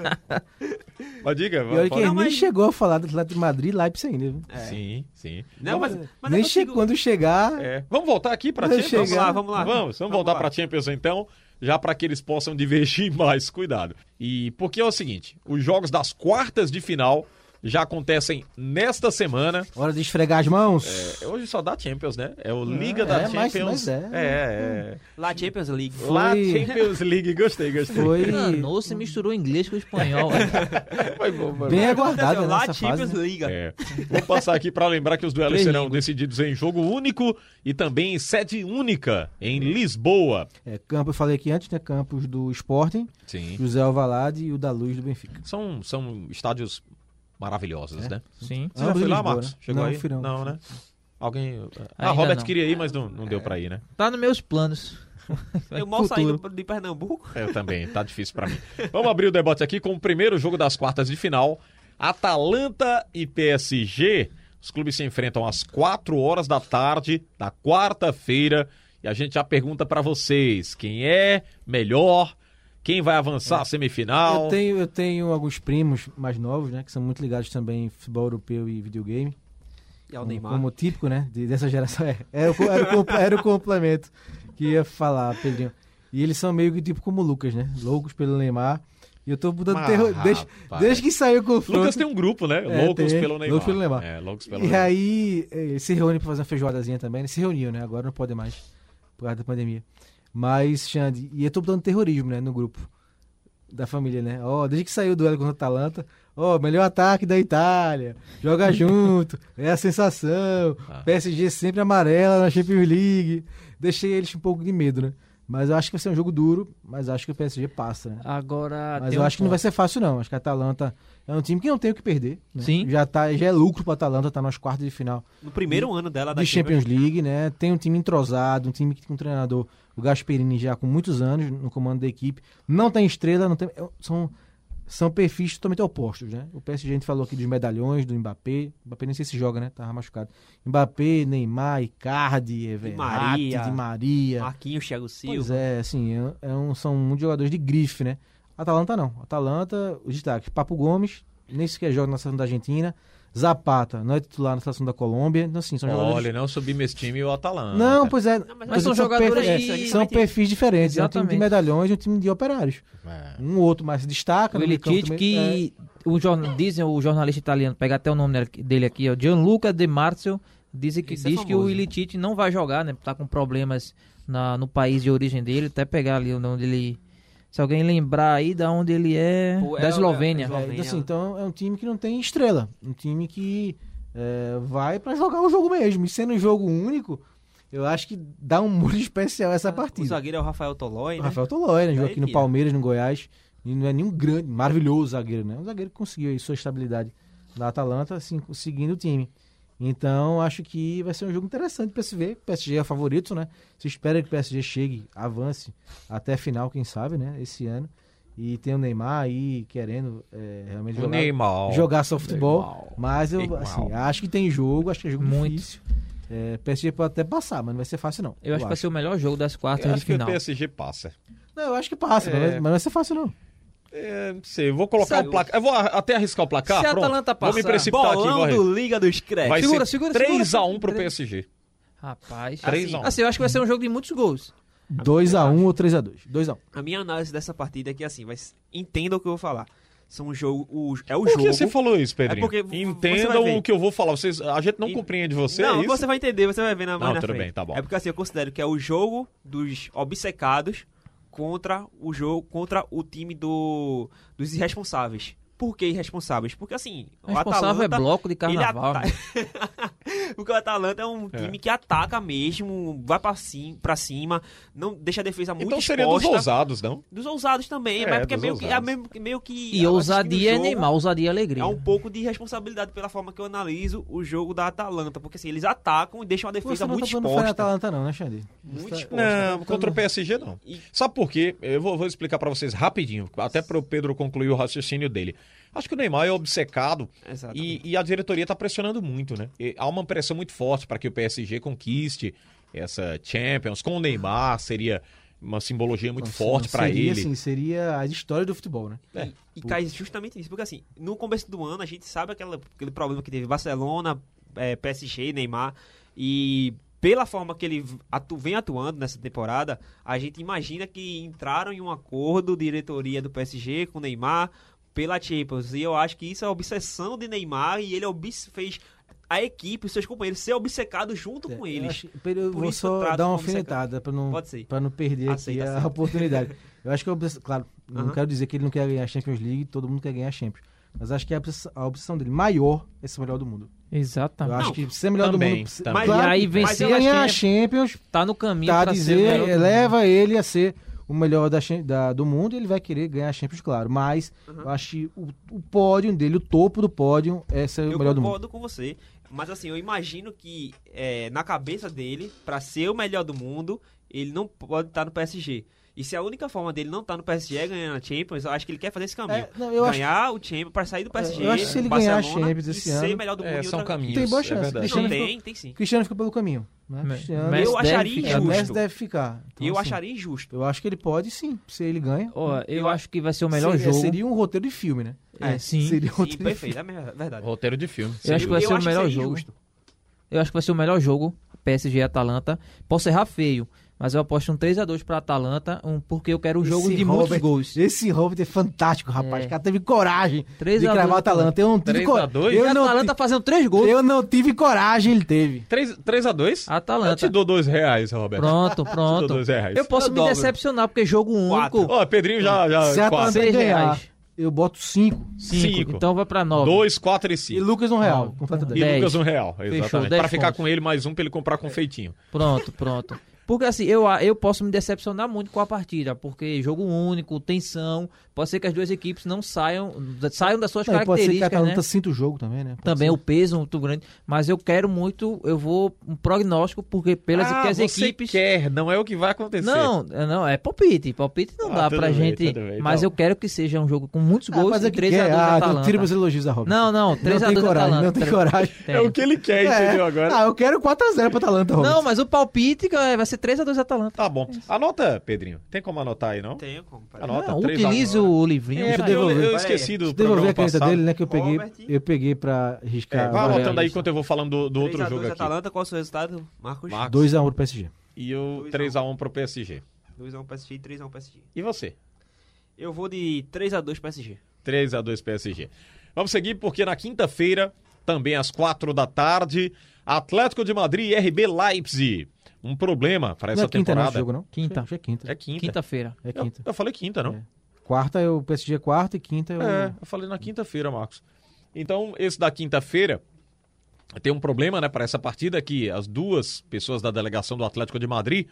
S4: mas diga,
S5: E olha que
S4: fala.
S5: ele
S6: Não,
S5: nem
S6: mas-
S5: chegou a falar do Atlético de Madrid e Leipzig ainda. viu?
S4: Sim, sim.
S6: Não, mas, mas é
S5: nem
S6: eu
S5: che-
S6: consigo-
S5: quando chegar,
S4: É, Vamos voltar aqui pra
S5: Não chega.
S4: Champions?
S5: Vamos lá,
S6: vamos lá.
S4: Vamos, vamos,
S6: Vamos
S4: voltar
S6: lá.
S4: pra Champions então, já pra que eles possam divergir mais, cuidado. E porque é o seguinte, os jogos das quartas de final já acontecem nesta semana.
S5: hora de esfregar as mãos.
S4: É, Hoje só dá Champions, né? É o Liga da
S5: é, mas-
S4: Champions.
S5: mas é.
S4: é, é.
S6: Lá Champions League.
S4: Lá
S5: Foi-
S4: Champions League, gostei, gostei.
S5: Foi
S7: Enganou, se misturou inglês com espanhol.
S4: Foi bom, foi bom.
S5: bem aguardado
S6: Lá
S5: nessa fase.
S6: Champions
S5: né?
S6: League.
S4: É. Vou passar aqui pra lembrar que os duelos serão decididos em jogo único e também em sede única, em Lisboa.
S5: É, campo, eu falei aqui antes, né? Campos do Sporting,
S4: Sim.
S5: José Alvalade e o da Luz do Benfica.
S4: São, são estádios
S5: É.
S4: maravilhosos, né?
S7: Sim.
S4: Você já
S5: Ambos
S4: foi
S5: em
S4: lá,
S5: Lisboa,
S4: Marcos?
S5: né?
S4: Chegou
S5: Não,
S4: aí?
S5: fui não.
S4: né? Alguém. Ah,
S7: Ainda
S4: Robert
S7: não.
S4: queria ir, mas não, não deu pra ir, né?
S7: Tá nos meus planos.
S6: Eu mal saí
S7: Futuro.
S6: do- de Pernambuco.
S4: Eu também, tá difícil pra mim. Vamos abrir o debate aqui com o primeiro jogo das quartas de final. Atalanta e PSG. Os clubes se enfrentam às 4 horas da tarde da quarta-feira e a gente já pergunta pra vocês, quem é melhor? Quem vai avançar à semifinal?
S5: É. Eu tenho, eu tenho alguns primos mais novos, né? Que são muito ligados também em futebol europeu e videogame.
S6: E ao
S5: Como-
S6: é Neymar.
S5: Como típico, né? de- dessa geração. É, era, o, co- era, o, compl- era o complemento que ia falar, Pedrinho. E eles são meio que tipo como o Lucas, né? Loucos pelo Neymar. E eu tô mudando
S4: Mas,
S5: terror. Desde,
S4: Ah, rapaz.
S5: desde que saiu o confronto.
S4: Lucas tem um grupo, né?
S5: É,
S4: Loucos
S5: tem.
S4: pelo Neymar.
S5: Loucos pelo Neymar.
S4: É, Loucos pelo
S5: E
S4: Neymar.
S5: aí, eh, eles se reúnem pra fazer uma feijoadazinha também. Eles se reuniam, né? Agora não pode mais, por causa da pandemia. Mas, Xande, e eu tô botando terrorismo, né? No grupo da família, né? Ó, desde que saiu o duelo contra o Atalanta, ó, melhor ataque da Itália, joga junto, é a sensação.
S4: Ah.
S5: PSG sempre amarela na Champions League. Deixei eles um pouco de medo, né? Mas eu acho que vai ser um jogo duro, mas acho que o PSG passa, né?
S7: Agora.
S5: Mas
S7: tem
S5: eu
S7: um
S5: acho que não vai
S7: ponto.
S5: ser fácil, não. Acho que a Atalanta é um time que não tem o que perder. né?
S7: Sim.
S5: Já, tá, já é lucro pra Atalanta, tá nas quartas de final
S6: No primeiro ano dela da
S5: de Champions League, Tá né? Tem um time entrosado, um time que tem um treinador, o Gasperini, já com muitos anos no comando da equipe. Não tem estrela, não tem. é, São, são perfis totalmente opostos, né? O PSG a gente falou aqui dos medalhões, do Mbappé. Mbappé nem sei se joga, né? Tava machucado. Mbappé, Neymar, Icardi, Everati,
S6: Maria.
S5: Di Maria.
S6: Marquinhos, Thiago Silva.
S5: Pois é, assim, é- é um- são muitos jogadores de grife, né? Atalanta não. Atalanta, os destaques. Papo Gomes, nem sequer joga na seleção da Argentina. Zapata, não é titular na seleção da Colômbia. Então, assim, são jogadores...
S4: Olha, não subestime o Atalanta.
S5: Não, pois é.
S6: mas
S5: Pois
S7: são
S5: é,
S7: jogadores
S5: perfis-
S7: que-
S5: é, São perfis diferentes. É um time de
S7: Exatamente.
S5: medalhões e um time de operários.
S4: É.
S5: Um outro mais se destaca.
S7: O
S5: no meio campo
S7: Elitite,
S5: também,
S7: que o jorna- dizem o jornalista italiano, pega até o nome dele- dele aqui, ó, Gianluca De Marzio, dizem que,
S6: Esse é
S7: diz que o
S6: famoso.
S7: Elitite não vai jogar, né? Tá com problemas na, no país de origem dele, até pegar ali onde ele. Se alguém lembrar aí da onde ele é.
S6: Pô, é-
S7: da
S6: é-
S7: Eslovênia.
S5: É, então,
S6: Eslovênia.
S7: né?
S5: assim, então é um time que não tem estrela. Um time que é, vai pra jogar o jogo mesmo. E sendo um jogo único, eu acho que dá um molho especial
S7: Ah,
S5: essa
S6: O
S5: partida.
S6: zagueiro é o Rafael Tolói,
S5: O
S6: né?
S5: Rafael Tolói, né? Jogou
S6: Aí
S5: aqui no
S6: que-
S5: Palmeiras, no Goiás. E não é nenhum grande, maravilhoso zagueiro, né? Um zagueiro que conseguiu aí sua estabilidade da Atalanta, assim, seguindo o time. Então, acho que vai ser um jogo interessante para se ver. O PSG é favorito, né? Se espera que o PSG chegue, avance até a final, quem sabe, né? Esse ano. E tem o Neymar aí querendo é, realmente
S4: O
S5: jogar,
S4: Neymar.
S5: jogar softball.
S4: Neymar.
S5: Mas eu,
S4: Neymar.
S5: assim, acho que tem jogo, acho que é jogo
S7: Muito.
S5: difícil. É, PSG pode até passar, mas não vai ser fácil, não.
S7: Eu acho que vai ser o melhor jogo das quartas
S4: Eu
S7: de
S4: acho que o
S7: final.
S4: PSG passa.
S5: Não, eu acho que passa,
S4: É.
S5: mas mas não vai ser fácil, não.
S4: É, não sei, eu vou colocar
S7: Sabe-
S4: o placar. Eu vou a- até arriscar o placar.
S7: Se a
S4: pronto.
S7: Atalanta
S4: Vou me
S7: passar-
S4: precipitar aqui, vou
S6: Bolão
S4: arriscar.
S6: do Liga dos Cracks.
S4: Vai
S7: Segura,
S4: ser
S7: segura,
S4: 3x1 pro
S7: segura.
S4: PSG.
S7: Rapaz,
S4: Três
S7: assim,
S4: a um.
S7: assim, eu acho que vai ser um jogo de muitos gols.
S5: 2x1 ou 3x2. 2x1.
S6: A minha análise dessa partida é que assim, vai... entenda o que eu vou falar. São um jogo, o- é o
S4: Por
S6: jogo.
S4: que você falou isso, Pedrinho?
S6: É porque v- você vai
S4: Entendam
S6: ver.
S4: o que eu vou falar. Vocês, a gente não
S6: E-
S4: compreende você,
S6: não,
S4: é isso?
S6: você vai entender, você vai ver na mais
S4: Não,
S6: na
S4: tudo
S6: frente.
S4: bem, tá bom.
S6: É porque assim, eu considero que é o jogo dos obcecados contra o jogo contra o time do dos irresponsáveis. Por que irresponsáveis? Porque assim, o
S7: Responsável é
S6: Atalanta
S7: bloco de carnaval. né?
S6: ele ata- Porque o Atalanta é um time que ataca mesmo, vai pra cima, pra cima, não deixa a defesa é muito
S4: Então seria dos
S6: exposta.
S4: ousados, não?
S6: Dos ousados também,
S4: É,
S6: mas porque é
S4: dos
S6: meio que, é
S4: ousados.
S6: meio, que- meio que.
S7: E
S6: eu acho que
S7: ousadia
S6: no
S7: é
S6: jogo
S7: Neymar, ousadia é alegria.
S6: É um pouco de responsabilidade pela forma que eu analiso o jogo da Atalanta, porque assim, eles atacam e deixam a defesa
S5: Você não
S6: muito
S5: tá falando fora da
S6: exposta.
S5: Atalanta, não, né, Xande?
S6: Muito
S5: Tá-
S6: exposta.
S4: Não, contra o PSG não.
S6: E-
S4: Sabe por quê? Eu vou, vou explicar pra vocês rapidinho, até pro Pedro concluir o raciocínio dele. Acho que o Neymar é obcecado e,
S6: Exatamente.
S4: e a diretoria tá pressionando muito, né? E há uma pressão muito forte pra que o PSG conquiste essa Champions com o Neymar, seria uma simbologia muito forte pra
S5: seria,
S4: ele.
S5: Assim, seria a história do futebol, né?
S6: E cai justamente nisso, porque assim, no começo do ano a gente sabe aquela- aquele problema que teve Barcelona, eh, PSG, Neymar, e pela forma que ele atu- vem atuando nessa temporada, a gente imagina que entraram em um acordo diretoria do PSG com o Neymar pela Champions, e eu acho que isso é a obsessão de Neymar, e ele obs- fez a equipe, os seus companheiros, ser obcecados junto
S5: É,
S6: com
S5: eu
S6: eles.
S5: acho- é um pera, eu
S6: Por
S5: vou
S6: isso eu
S5: só
S6: trato
S5: dar uma
S6: como secretário.
S5: alfinetada pra não,
S6: Pode ser.
S5: pra não perder
S6: Aceita,
S5: aqui a
S6: aceita.
S5: oportunidade. Eu acho que, a obsessão- claro, não
S6: Aham.
S5: quero dizer que ele não quer ganhar a Champions League, todo mundo quer ganhar a Champions. Mas acho que é a opção, a opção dele maior é ser o melhor do mundo. Eu
S7: Exatamente.
S5: acho que ser melhor
S4: também,
S5: do mundo. se-
S4: também.
S5: Claro,
S7: E aí
S5: mas se
S7: vencer a
S6: um
S5: ganhar a Champions,
S7: Tá no caminho
S5: tá a
S7: pra ser o
S5: dizer,
S7: melhor.
S5: eleva ele a ser o melhor da, Cham- da- do mundo e ele vai querer ganhar a Champions, claro. Mas eu acho que o, o pódio dele, o topo do pódio, é ser o
S6: Eu
S5: melhor do mundo.
S6: concordo com você. Mas assim, eu imagino que é, na cabeça dele, pra ser o melhor do mundo, ele não pode estar no PSG. E se a única forma dele não estar no PSG é ganhar na Champions, eu acho que ele quer fazer esse caminho.
S5: É, não, eu acho- É,
S6: ganhar o Champions, pra sair do PSG,
S5: eu acho que se ele ganhar a
S6: Barcelona,
S5: Champions esse
S6: e ser
S5: ano-
S6: melhor do né? mundo.
S4: É,
S6: em
S4: são
S6: outra-
S4: caminhos.
S5: Tem boa
S4: é
S5: chance.
S4: verdade.
S5: Cristiano
S6: Não
S5: ficou-
S6: tem, tem sim.
S5: Cristiano ficou pelo caminho. Né?
S7: Me-
S5: Cristiano,
S7: Messi
S6: Eu
S7: deve
S6: acharia
S7: ficar.
S5: É, o
S6: injusto.
S5: Messi deve ficar. Então,
S6: Eu
S5: assim,
S6: acharia injusto.
S5: Eu acho que ele pode sim, se ele ganha.
S7: Ó, eu acho que vai ser o melhor
S5: seria,
S7: jogo.
S5: Seria um roteiro de filme, né?
S7: É, sim.
S5: Seria um
S6: Sim,
S5: roteiro de
S6: perfeito, é verdade.
S4: Roteiro de filme.
S7: Eu acho que vai
S6: Eu
S7: ser o
S6: acho que
S7: melhor
S6: seria
S7: jogo.
S6: injusto.
S7: Eu acho que vai ser o melhor jogo, PSG e Atalanta. Posso errar feio, mas eu aposto um 3x2 pra Atalanta, um, porque eu quero um jogo
S5: Esse
S7: de muitos
S5: Robert-
S7: gols.
S5: Esse Robert é fantástico, rapaz.
S7: É.
S5: O cara teve coragem
S7: Três
S5: de
S7: a
S5: cravar
S7: dois, né?
S5: o Atalanta. Eu não tive
S4: Três a dois?
S5: coragem.
S7: E a
S5: Eu, não
S7: Atalanta
S5: ti-
S7: fazendo 3 gols.
S5: eu não tive coragem, ele teve.
S4: 3x2? Eu te
S7: Atalanta.
S4: dou dois reais, Roberto.
S7: Pronto, pronto.
S4: dois reais.
S7: Eu posso
S6: Eu
S7: me
S6: dobro.
S7: decepcionar, porque é jogo
S6: Quatro.
S7: único.
S4: Ó, Pedrinho já. já
S5: Se a
S4: Ah, quatro.
S5: Atalanta
S7: Seis
S5: ganhar,
S7: reais.
S5: eu boto 5.
S7: 5.
S4: Cinco.
S7: Então vai pra 9.
S4: 2, 4 e
S5: E
S4: 5.
S5: Lucas um real.
S7: Não.
S5: Completa
S7: Não.
S4: E,
S5: 10.
S7: dez.
S4: Lucas um real,
S7: Fechou,
S4: exatamente.
S7: dez
S4: Pra ficar
S7: pontos.
S4: com ele, mais um pra ele comprar confeitinho.
S7: Pronto, pronto. Porque assim, eu, eu posso me decepcionar muito com a partida, porque é jogo único, tensão, pode ser que as duas equipes não saiam, saiam das suas
S5: Não, e É, pode ser que a
S7: características,
S5: Atalanta
S7: né?
S5: sinta o jogo também, né? Pode
S7: Também
S5: ser.
S7: o peso muito grande, mas eu quero muito, eu vou um prognóstico, porque pelas
S4: Ah,
S7: que as
S4: você
S7: equipes...
S4: quer, não é o que vai acontecer.
S7: Não, é, não, é palpite, palpite não
S4: Ah,
S7: dá
S4: tudo
S7: pra
S4: bem,
S7: gente,
S4: tudo bem,
S7: mas
S4: tá
S7: eu quero que seja um jogo com muitos
S5: Ah,
S7: gols
S5: mas é
S7: e
S5: que
S7: 3 a 2
S5: quer. Ah,
S7: Atalanta.
S5: tira os elogios da Robert.
S7: Não, não,
S5: Não
S7: 3 a 2
S5: tem coragem,
S7: Atalanta.
S5: não tem coragem.
S7: Tem.
S4: É o que ele quer, entendeu agora?
S5: Ah, eu quero 4x0 pra Atalanta, Robert.
S7: Não, mas o palpite cara, vai ser 3 a 2 Atalanta.
S4: Tá bom. Anota, Pedrinho. Tem como anotar aí, não?
S6: Tenho como, peraí.
S4: Anota.
S7: Não,
S4: três a
S7: utilize
S4: um.
S7: o livrinho.
S4: É,
S7: tá?
S4: porque eu, eu
S6: Peraí.
S4: esqueci
S5: Deixa eu
S4: do
S5: devolver
S4: programa
S5: a caneta
S4: passado.
S5: dele, né? Que eu peguei,
S6: Robert.
S5: eu peguei pra riscar.
S4: É, vai
S5: variável.
S4: anotando aí enquanto eu vou falando do, do outro
S6: 3x2
S4: jogo aqui.
S6: Atalanta, qual é o seu resultado, Marcos?
S4: Marcos.
S5: 2x1 pro PSG.
S4: E o 3x1 pro PSG.
S6: 2x1 PSG e 3x1 PSG.
S4: E você?
S6: Eu vou de 3x2 PSG.
S4: 3 a 2 PSG. Vamos seguir porque na quinta-feira, também às 4 da tarde, Atlético de Madrid e RB Leipzig. Um problema para essa
S5: não é quinta não,
S4: temporada.
S5: esse jogo, não?
S7: Quinta.
S5: Acho que é quinta.
S4: É quinta.
S7: Quinta-feira.
S5: É
S4: Eu,
S5: quinta.
S4: eu falei quinta, não?
S5: Quarta é o PSG é quarta e quinta é o...
S4: É, eu falei na quinta-feira, Marcos. Então, esse da quinta-feira tem um problema, né, para essa partida que as duas pessoas da delegação do Atlético de Madrid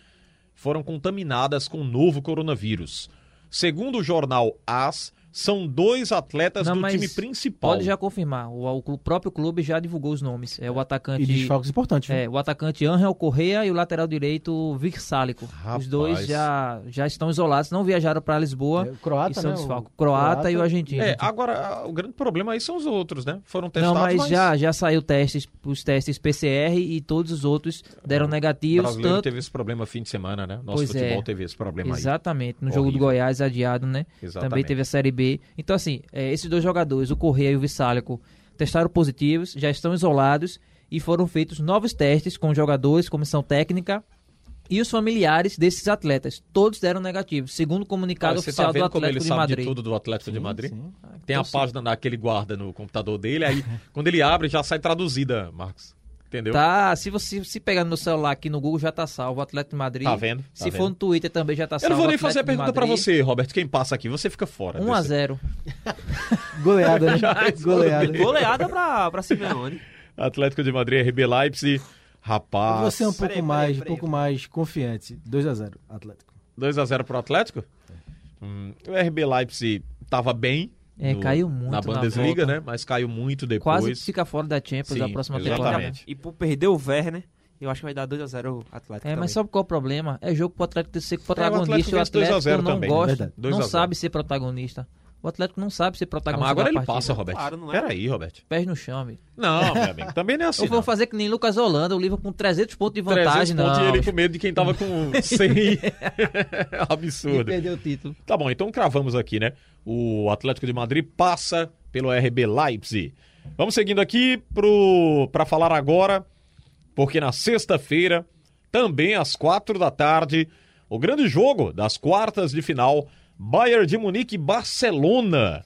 S4: foram contaminadas com o novo coronavírus. Segundo o jornal AS, São dois atletas
S7: Não,
S4: do
S7: mas
S4: time principal.
S7: Pode já confirmar. O, o clu- próprio clube já divulgou os nomes. É o atacante.
S5: E desfalques importantes. né? viu?
S7: É, o atacante Angel Correa e o lateral direito Virsálico.
S4: Rapaz.
S7: Os dois já, já estão isolados, não viajaram para Lisboa.
S5: É, o croata,
S7: e são
S5: né, o
S7: desfalques. Croata,
S5: croata
S7: e o argentino.
S4: É, agora, o grande problema aí são os outros, né? Foram
S7: não,
S4: testados,
S7: mas, já, já saiu testes, os testes PCR e todos os outros deram
S4: O
S7: negativos.
S4: É, brasileiro
S7: Tanto,
S4: teve esse problema fim de semana, né? Nosso
S7: Pois é.
S4: futebol teve esse problema aí.
S7: Exatamente, no jogo do
S4: Horrível.
S7: Goiás adiado, né?
S4: Exatamente.
S7: Também teve a Série B. Então, assim, é, esses dois jogadores, o Correia e o Vissálico, testaram positivos, já estão isolados e foram feitos novos testes com jogadores, comissão técnica e os familiares desses atletas. Todos deram negativo, segundo o comunicado
S4: Cara, você
S7: oficial
S4: tá
S7: do
S4: vendo como ele
S7: Atlético de
S4: sabe de,
S7: Madrid.
S4: tudo do Atlético de Madrid? Tem
S7: Então,
S4: a
S7: sim.
S4: página lá que ele guarda no computador dele, aí quando ele abre já sai traduzida, Marcos. Entendeu?
S7: Tá, se você se pegar no meu celular aqui no Google já tá salvo o Atlético de Madrid.
S4: Tá vendo? Tá
S7: se
S4: vendo.
S7: for no Twitter também já tá
S4: Eu
S7: salvo.
S4: não vou
S7: o
S4: nem fazer a
S7: Atlético de
S4: pergunta pra
S7: Madrid.
S4: você, Roberto. Quem passa aqui, você fica fora.
S7: 1 a 0.
S5: Goleada, né? Goleada.
S6: Goleada pra, pra Simeone.
S4: Atlético de Madrid, RB Leipzig.
S5: Eu vou
S4: Rapaz.
S5: ser
S7: é
S5: um pouco
S6: Peraí, peraí,
S5: mais, um
S6: peraí.
S5: pouco mais confiante. 2x0, Atlético.
S4: 2x0 pro Atlético? Hum, o RB Leipzig tava bem.
S7: É, caiu muito
S4: Na
S7: na
S4: Bundesliga,
S7: volta.
S4: né? Mas caiu muito depois.
S7: Quase fica fora da Champions
S4: Sim,
S7: da próxima temporada.
S4: exatamente.
S6: E por perder o Werner, eu acho que vai dar 2x0 o Atlético.
S7: É, mas
S6: também.
S7: sabe qual é o problema? É jogo pro Atlético ser
S4: Atlético
S7: protagonista. o
S4: vence 2 a
S7: Atlético,
S4: 0
S7: não
S4: também, né?
S7: gosta,
S5: verdade.
S4: dois a
S7: não
S4: zero.
S7: sabe ser protagonista. O Atlético não sabe ser
S4: Ah,
S7: protagonista.
S4: mas agora
S7: da
S4: ele
S7: partida.
S4: passa, Roberto.
S6: Claro, não é?
S4: Peraí, Roberto.
S7: Pés no chão, amigo.
S4: Não, meu amigo. Também não é assim.
S7: Ou vão
S4: não.
S7: fazer que nem Lucas Holanda, o Liverpool com 300 pontos de
S4: 300
S7: vantagem, não.
S4: pontos e ele com medo de quem tava com 100.
S7: E
S4: Absurdo.
S7: perdeu o título.
S4: Tá bom, então cravamos aqui, né? O Atlético de Madrid passa pelo RB Leipzig. Vamos seguindo aqui pro para falar agora, porque na sexta-feira, também às quatro da tarde, o grande jogo das quartas de final, Bayern de Munique e Barcelona.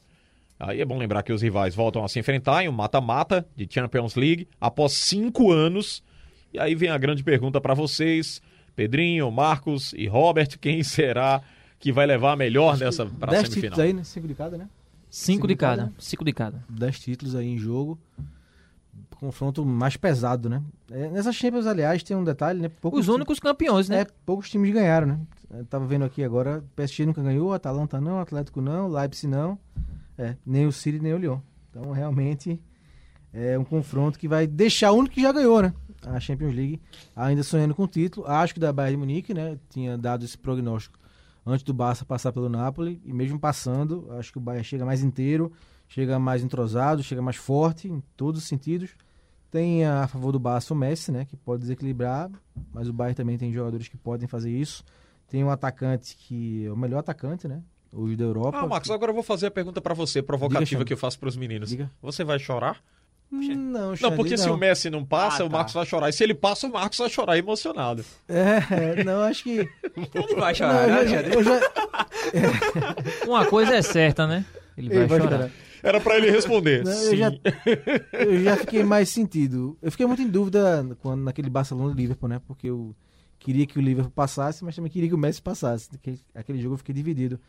S4: Aí é bom lembrar que os rivais voltam a se enfrentar em um mata-mata de Champions League após cinco anos. E aí vem a grande pergunta para vocês, Pedrinho, Marcos e Robert, quem será que vai levar a melhor nessa para
S5: 10
S4: semifinal?
S5: títulos aí, né? 5 de cada, né?
S7: Cinco de
S5: de cada.
S7: cada. Cinco de cada.
S5: 10 títulos aí em jogo. Confronto mais pesado, né? É, nessas Champions, aliás, tem um detalhe, né? Poucos
S7: Os
S5: times-
S7: únicos campeões, né?
S5: É, poucos times ganharam, né? Eu tava vendo aqui agora, PSG nunca ganhou, Atalanta não, Atlético não, Leipzig não, é, nem o City nem o Lyon. Então, realmente, é um confronto que vai deixar o único que já ganhou, né? A Champions League ainda sonhando com o título. Acho que da Bayern de Munique, né? Tinha dado esse prognóstico antes do Barça passar pelo Napoli, e mesmo passando, acho que o Bayern chega mais inteiro, chega mais entrosado, chega mais forte em todos os sentidos. Tem a favor do Barça o Messi, né? Que pode desequilibrar, mas o Bayern também tem jogadores que podem fazer isso. Tem um atacante que é o melhor atacante, né? Hoje da Europa.
S4: Ah, Marcos, agora eu vou fazer a pergunta para você, provocativa
S5: Diga, Xande.
S4: que eu faço para os meninos.
S5: Diga.
S4: Você vai chorar?
S5: Não,
S4: Não, porque se o
S5: Messi.
S4: Messi não passa,
S6: Ah,
S4: o
S6: tá.
S4: Marcos vai chorar. E se ele passa, o Marcos vai chorar emocionado.
S5: É, não, acho que.
S6: Ele vai
S5: Não,
S6: chorar, né,
S5: eu já-
S6: Alexandre?
S5: eu já-
S7: Uma coisa é certa, né? Ele vai,
S5: Ele vai
S7: chorar.
S5: chorar.
S4: Era para ele responder.
S5: Não,
S4: Sim.
S5: eu, já, eu já fiquei mais sentido. Eu fiquei muito em dúvida quando, naquele Barcelona e Liverpool, né? Porque eu queria que o Liverpool passasse, mas também queria que o Messi passasse. Aquele, aquele jogo eu fiquei dividido.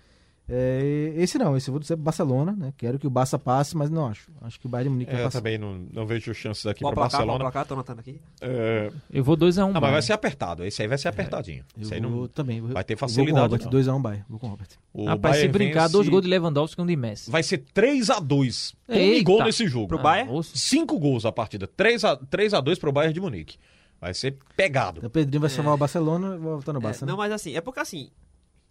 S5: É, esse não, esse eu vou dizer pro Barcelona, né? Quero que o Barça passe, mas não acho. Acho que o Bayern de Munique vai
S4: É, Eu
S5: passar.
S4: também não, não vejo chances aqui para
S6: Qual placar, qual
S4: Barcelona.
S6: placar, tô anotando aqui.
S4: É,
S7: Eu vou 2x1.
S4: Não, mas vai ser apertado. Esse aí vai ser apertadinho.
S5: Eu
S4: Esse aí
S5: vou,
S4: não...
S5: também. Vou,
S4: vai ter
S5: eu vou
S4: facilidade,
S5: com o
S4: não.
S5: Robert, 2x1 um Bayern. Vou com o Robert.
S4: o
S7: Rapaz, se
S4: Bayern
S7: brincar,
S4: vence-
S7: dois gols de Lewandowski e um de Messi.
S4: Vai ser 3x2. Um
S7: Eita. Ah,
S4: gol nesse jogo.
S6: Pro Bayern?
S7: moço.
S4: Cinco gols a partida. 3x2 pro Bayern de Munique. Vai ser pegado.
S5: Então o Pedrinho
S4: É.
S5: vai salvar o Barcelona e vai voltar no Barça.
S6: É,
S5: né?
S6: não, mas assim, é porque assim,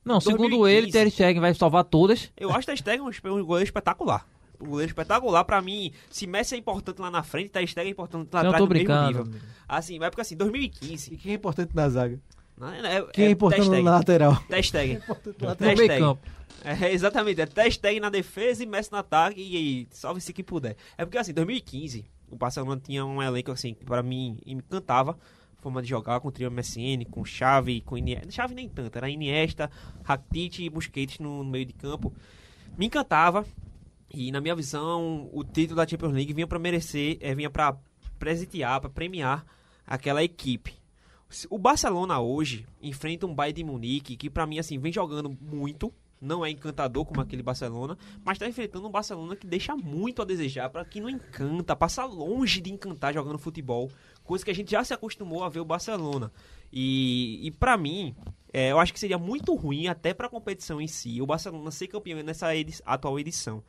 S7: Não, segundo
S6: 2015.
S7: ele, Ter Stegen vai salvar todas.
S6: eu acho Ter Stegen um espe- um goleiro espetacular. Um goleiro espetacular, pra mim, se Messi é importante lá na frente, Ter Stegen é importante lá
S7: Não,
S6: atrás
S7: tô
S6: no mesmo
S7: brincando,
S6: nível. Assim, mas é porque assim, 2015...
S5: E quem é importante na zaga?
S6: né,
S5: Quem
S6: né,
S5: é,
S6: Ter
S5: importante
S6: Stegen.
S5: na lateral?
S6: Ter Stegen.
S5: é
S7: No
S6: Ter
S7: meio
S6: Stegen.
S7: campo.
S6: É, exatamente. É Ter Stegen na defesa e Messi no ataque e, e salve-se quem puder. É porque assim, 2015, o Barcelona tinha um elenco assim que pra mim me encantava. Forma de jogar com o trio MSN, com Xavi, com Iniesta. Xavi nem tanto, era Iniesta, Rakitic e Busquets no, no meio de campo. Me encantava. E na minha visão, o título da Champions League vinha pra merecer, eh, vinha pra presentear, pra premiar aquela equipe. O Barcelona hoje enfrenta um Bayern de Munique que pra mim assim vem jogando muito, não é encantador como aquele Barcelona, mas tá enfrentando um Barcelona que deixa muito a desejar, pra quem não encanta, passa longe de encantar jogando futebol coisa que a gente já se acostumou a ver o Barcelona. E, e para mim, é, eu acho que seria muito ruim até para a competição em si, o Barcelona ser campeão nessa edi- atual edição.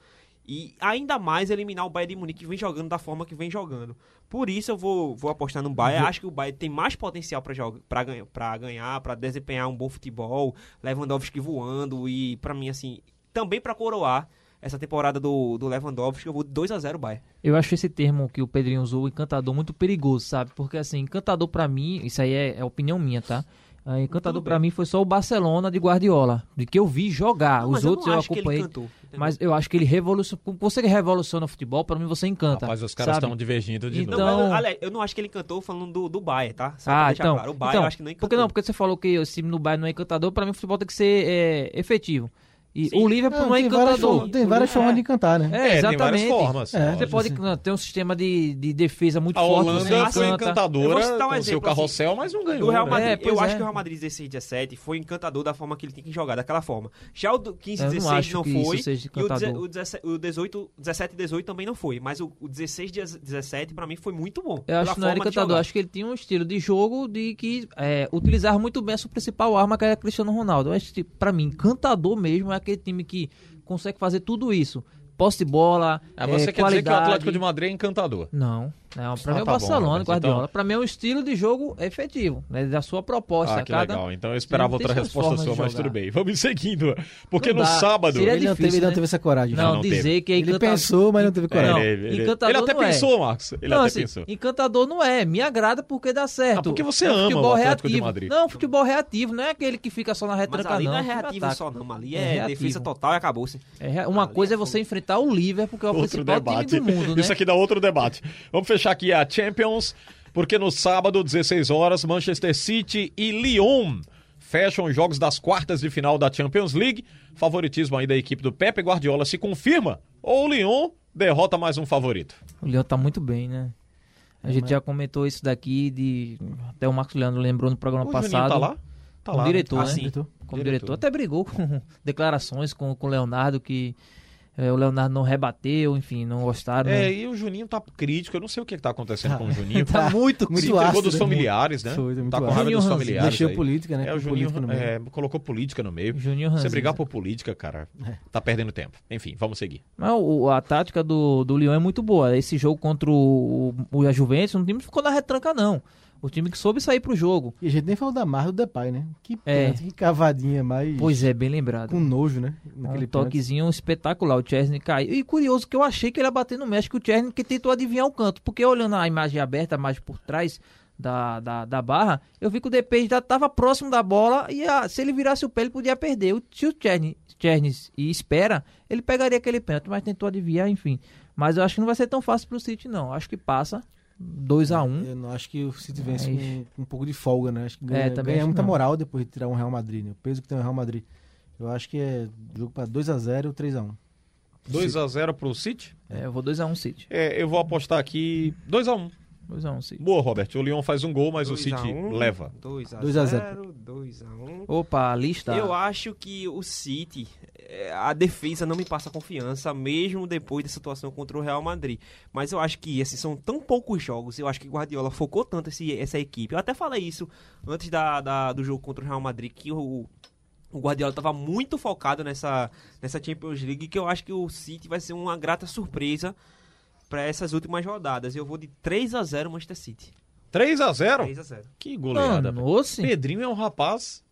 S6: E ainda mais eliminar o Bayern de Munique, que vem jogando da forma que vem jogando. Por isso eu vou, vou apostar no
S7: Uhum.
S6: Bayern. Acho que o Bayern tem mais potencial para jogar, para ganhar, para desempenhar um bom futebol, Lewandowski voando e para mim assim, também para coroar essa temporada do, do Lewandowski, eu vou 2 a 0 Bayern.
S7: Eu acho esse termo que o Pedrinho usou, encantador, muito perigoso, sabe? Porque, assim, encantador pra mim, isso aí é, é opinião minha, tá? Ah, encantador
S6: Tudo
S7: pra
S6: bem.
S7: mim foi só o Barcelona de Guardiola, de que eu vi jogar.
S6: Não,
S7: Os
S6: mas eu
S7: outros
S6: não
S7: eu,
S6: acho que ele
S7: acompanhei.
S6: cantou, entendeu?
S7: mas eu acho que ele revolucionou. Você que revoluciona o futebol, pra mim você encanta.
S4: Rapaz, os caras
S7: tá. sabe?
S4: estão divergindo de
S7: Então-
S4: novo.
S6: não, mas, aliás, eu não acho que ele cantou falando do, do Bayern, tá? Só pra
S7: Ah,
S6: deixar
S7: então.
S6: claro. O Bayern
S7: então,
S6: eu acho que não é
S7: Porque não, porque você falou que o time do Bayern não é encantador, pra mim o futebol tem que ser é, efetivo. E o Liverpool não, é
S5: tem várias,
S7: encantador.
S5: formas- tem várias formas de encantar, né?
S7: É,
S4: tem várias
S7: exatamente.
S4: formas.
S5: É,
S4: lógico.
S7: Você pode não, ter um sistema de, de defesa muito
S4: A
S7: forte. assim,
S4: Holanda
S7: você
S4: foi
S7: encanta.
S6: Eu vou
S4: encantadora
S6: citar um
S4: com o seu
S6: exemplo,
S4: carrossel, mas não ganhou.
S6: do Real
S4: né?
S6: Madrid.
S7: É, pois
S6: eu
S7: é.
S6: acho que o Real Madrid 16 17 foi encantador da forma que ele tem que jogar, daquela forma. Já o do 15
S7: Eu não
S6: 16
S7: acho
S6: não
S7: que isso
S6: foi.
S7: seja
S6: e o, deze-
S7: encantador.
S6: o, 17, o 18, 17 18 também não foi, mas o, o 16 deze- 17 pra mim foi muito bom.
S7: Eu acho
S6: pela
S7: que não
S6: forma
S7: era
S6: de
S7: encantador,
S6: jogar.
S7: acho que ele tinha um estilo de jogo de que é, utilizava muito bem a sua principal arma, que era Cristiano Ronaldo. Eu acho que, pra mim, encantador mesmo é aquele time que consegue fazer tudo isso. Posse de bola,
S4: Ah, você
S7: é,
S4: quer dizer
S7: qualidade.
S4: que o Atlético de Madrid é encantador?
S7: Não,
S4: Ah,
S7: não pra mim é o
S4: tá bom,
S7: Barcelona,
S4: Roberto,
S7: Guardiola.
S4: então-
S7: Pra mim é um estilo de jogo efetivo, né, da sua proposta.
S4: Ah, que
S7: cada...
S4: legal. Então eu esperava
S7: Tem
S4: outra
S7: suas
S4: resposta
S7: formas
S4: sua,
S7: de
S4: mas
S7: jogar.
S4: tudo bem. Vamos seguindo. Porque
S7: Não
S4: no
S7: dá.
S4: sábado.
S7: Seria
S5: ele, não
S7: difícil,
S5: teve, ele não
S7: né?
S5: teve essa coragem.
S7: Não,
S4: não teve.
S7: dizer que é
S5: Ele
S7: encantador.
S5: pensou, mas não teve
S4: É,
S5: coragem.
S7: Não,
S4: ele, ele-
S7: encantador
S4: ele até
S7: não é.
S4: pensou, Marcos. Ele
S7: não,
S4: até
S7: assim,
S4: pensou.
S7: encantador não é. Me agrada porque dá certo.
S4: Ah, porque você
S7: É
S4: ama o
S7: futebol
S4: Atlético de
S7: reativo.
S4: Madrid.
S7: Não, um futebol reativo. Não é aquele que fica só na
S6: Mas
S7: retranca,
S6: ali não é
S7: é
S6: reativo só, não. Ali
S7: É
S6: é,
S7: reativo.
S6: defesa total e acabou-se.
S7: É rea- uma
S6: Ali
S7: coisa
S6: é
S7: é você
S6: fogo.
S7: enfrentar o Liverpool, que é o
S4: Outro
S7: principal
S4: debate.
S7: time do mundo, né?
S4: Isso aqui dá outro debate. Vamos fechar aqui a Champions, porque no sábado, 16 horas, Manchester City e Lyon fecham os jogos das quartas de final da Champions League. Favoritismo aí da equipe do Pepe Guardiola se confirma ou o Lyon derrota mais um favorito?
S7: O Leandro tá muito bem, né?
S4: É,
S7: A gente já comentou isso daqui de até o Marcos Leandro lembrou no programa
S4: o Juninho
S7: passado.
S4: tá lá? Tá
S7: como
S4: lá. né?
S7: diretor,
S4: Ah,
S7: né?
S4: sim.
S7: Como
S4: Diretor.
S7: diretor, até brigou com declarações com, com o Leonardo que eh, o Leonardo não rebateu, enfim, não gostaram.
S4: É,
S7: né?
S4: e o Juninho tá crítico, eu não sei o que, que tá acontecendo com o Juninho.
S5: Tá muito,
S4: Se
S5: muito
S4: entregou
S5: ácido.
S4: dos familiares, né?
S5: Foi, muito
S4: tá com
S5: ácido.
S4: raiva dos
S7: Juninho Hans,
S4: familiares.
S5: Deixou
S4: aí.
S5: política, né?
S4: É, o
S5: Pôs
S4: Juninho
S5: política no meio.
S4: é, colocou política no meio.
S7: Juninho
S4: Você
S7: Hans,
S4: brigar
S7: né?
S4: por política, cara, tá perdendo tempo. Enfim, vamos seguir.
S7: Mas o- a tática do, do Lyon é muito boa. Esse jogo contra o, o a Juventus, o time não ficou na retranca, não. O time que soube sair pro jogo.
S5: E a gente nem falou da marra do Depay, né? Que
S7: É.
S5: pênalti, que cavadinha, mas
S7: Pois é, bem lembrado.
S5: com nojo, né? Naquele
S7: um toquezinho espetacular. O Chesney caiu. E curioso que eu achei que ele ia bater no México. O Chesney que tentou adivinhar o canto. Porque olhando a imagem aberta, a imagem por trás da, da, da barra, eu vi que o DP já estava próximo da bola. E ah, se ele virasse o pé, ele podia perder. O- Se o Chesney, Chesney e espera, ele pegaria aquele pênalti. Mas tentou adivinhar, enfim. Mas eu acho que não vai ser tão fácil pro City, não. Acho que passa 2 a 1
S5: pênalti. Eu não acho que o City vence
S7: Mas-
S5: com, com um pouco de folga, né? Acho que ganha,
S7: É, também
S5: ganha
S7: acho
S5: muita
S7: não.
S5: moral depois de tirar um Real Madrid, né? O peso que tem o Real Madrid. Eu acho que é jogo pra 2x0 ou 3x1.
S4: 2x0 pro City?
S7: É, eu vou 2 a 1 City.
S4: É, eu vou apostar aqui 2x1.
S7: 2 a 1 City.
S4: Boa, Robert. O Lyon faz um gol, mas o City leva.
S5: 2 a
S6: 2x0.
S5: 0.
S6: 2x1.
S7: Opa, a lista.
S6: Eu acho que o City, eh, a defesa não me passa confiança, mesmo depois da situação contra o Real Madrid. Mas eu acho que esses são tão poucos jogos. Eu acho que Guardiola focou tanto esse- essa equipe. Eu até falei isso antes da- da- do jogo contra o Real Madrid, que o, o Guardiola estava muito focado nessa, nessa Champions League, que eu acho que o City vai ser uma grata surpresa para essas últimas rodadas. Eu vou de 3 a 0 Manchester City.
S4: 3x0?
S6: 3 a 0.
S4: Que goleada. velho.
S7: Mano, Ah, sim.
S4: Pedrinho é um rapaz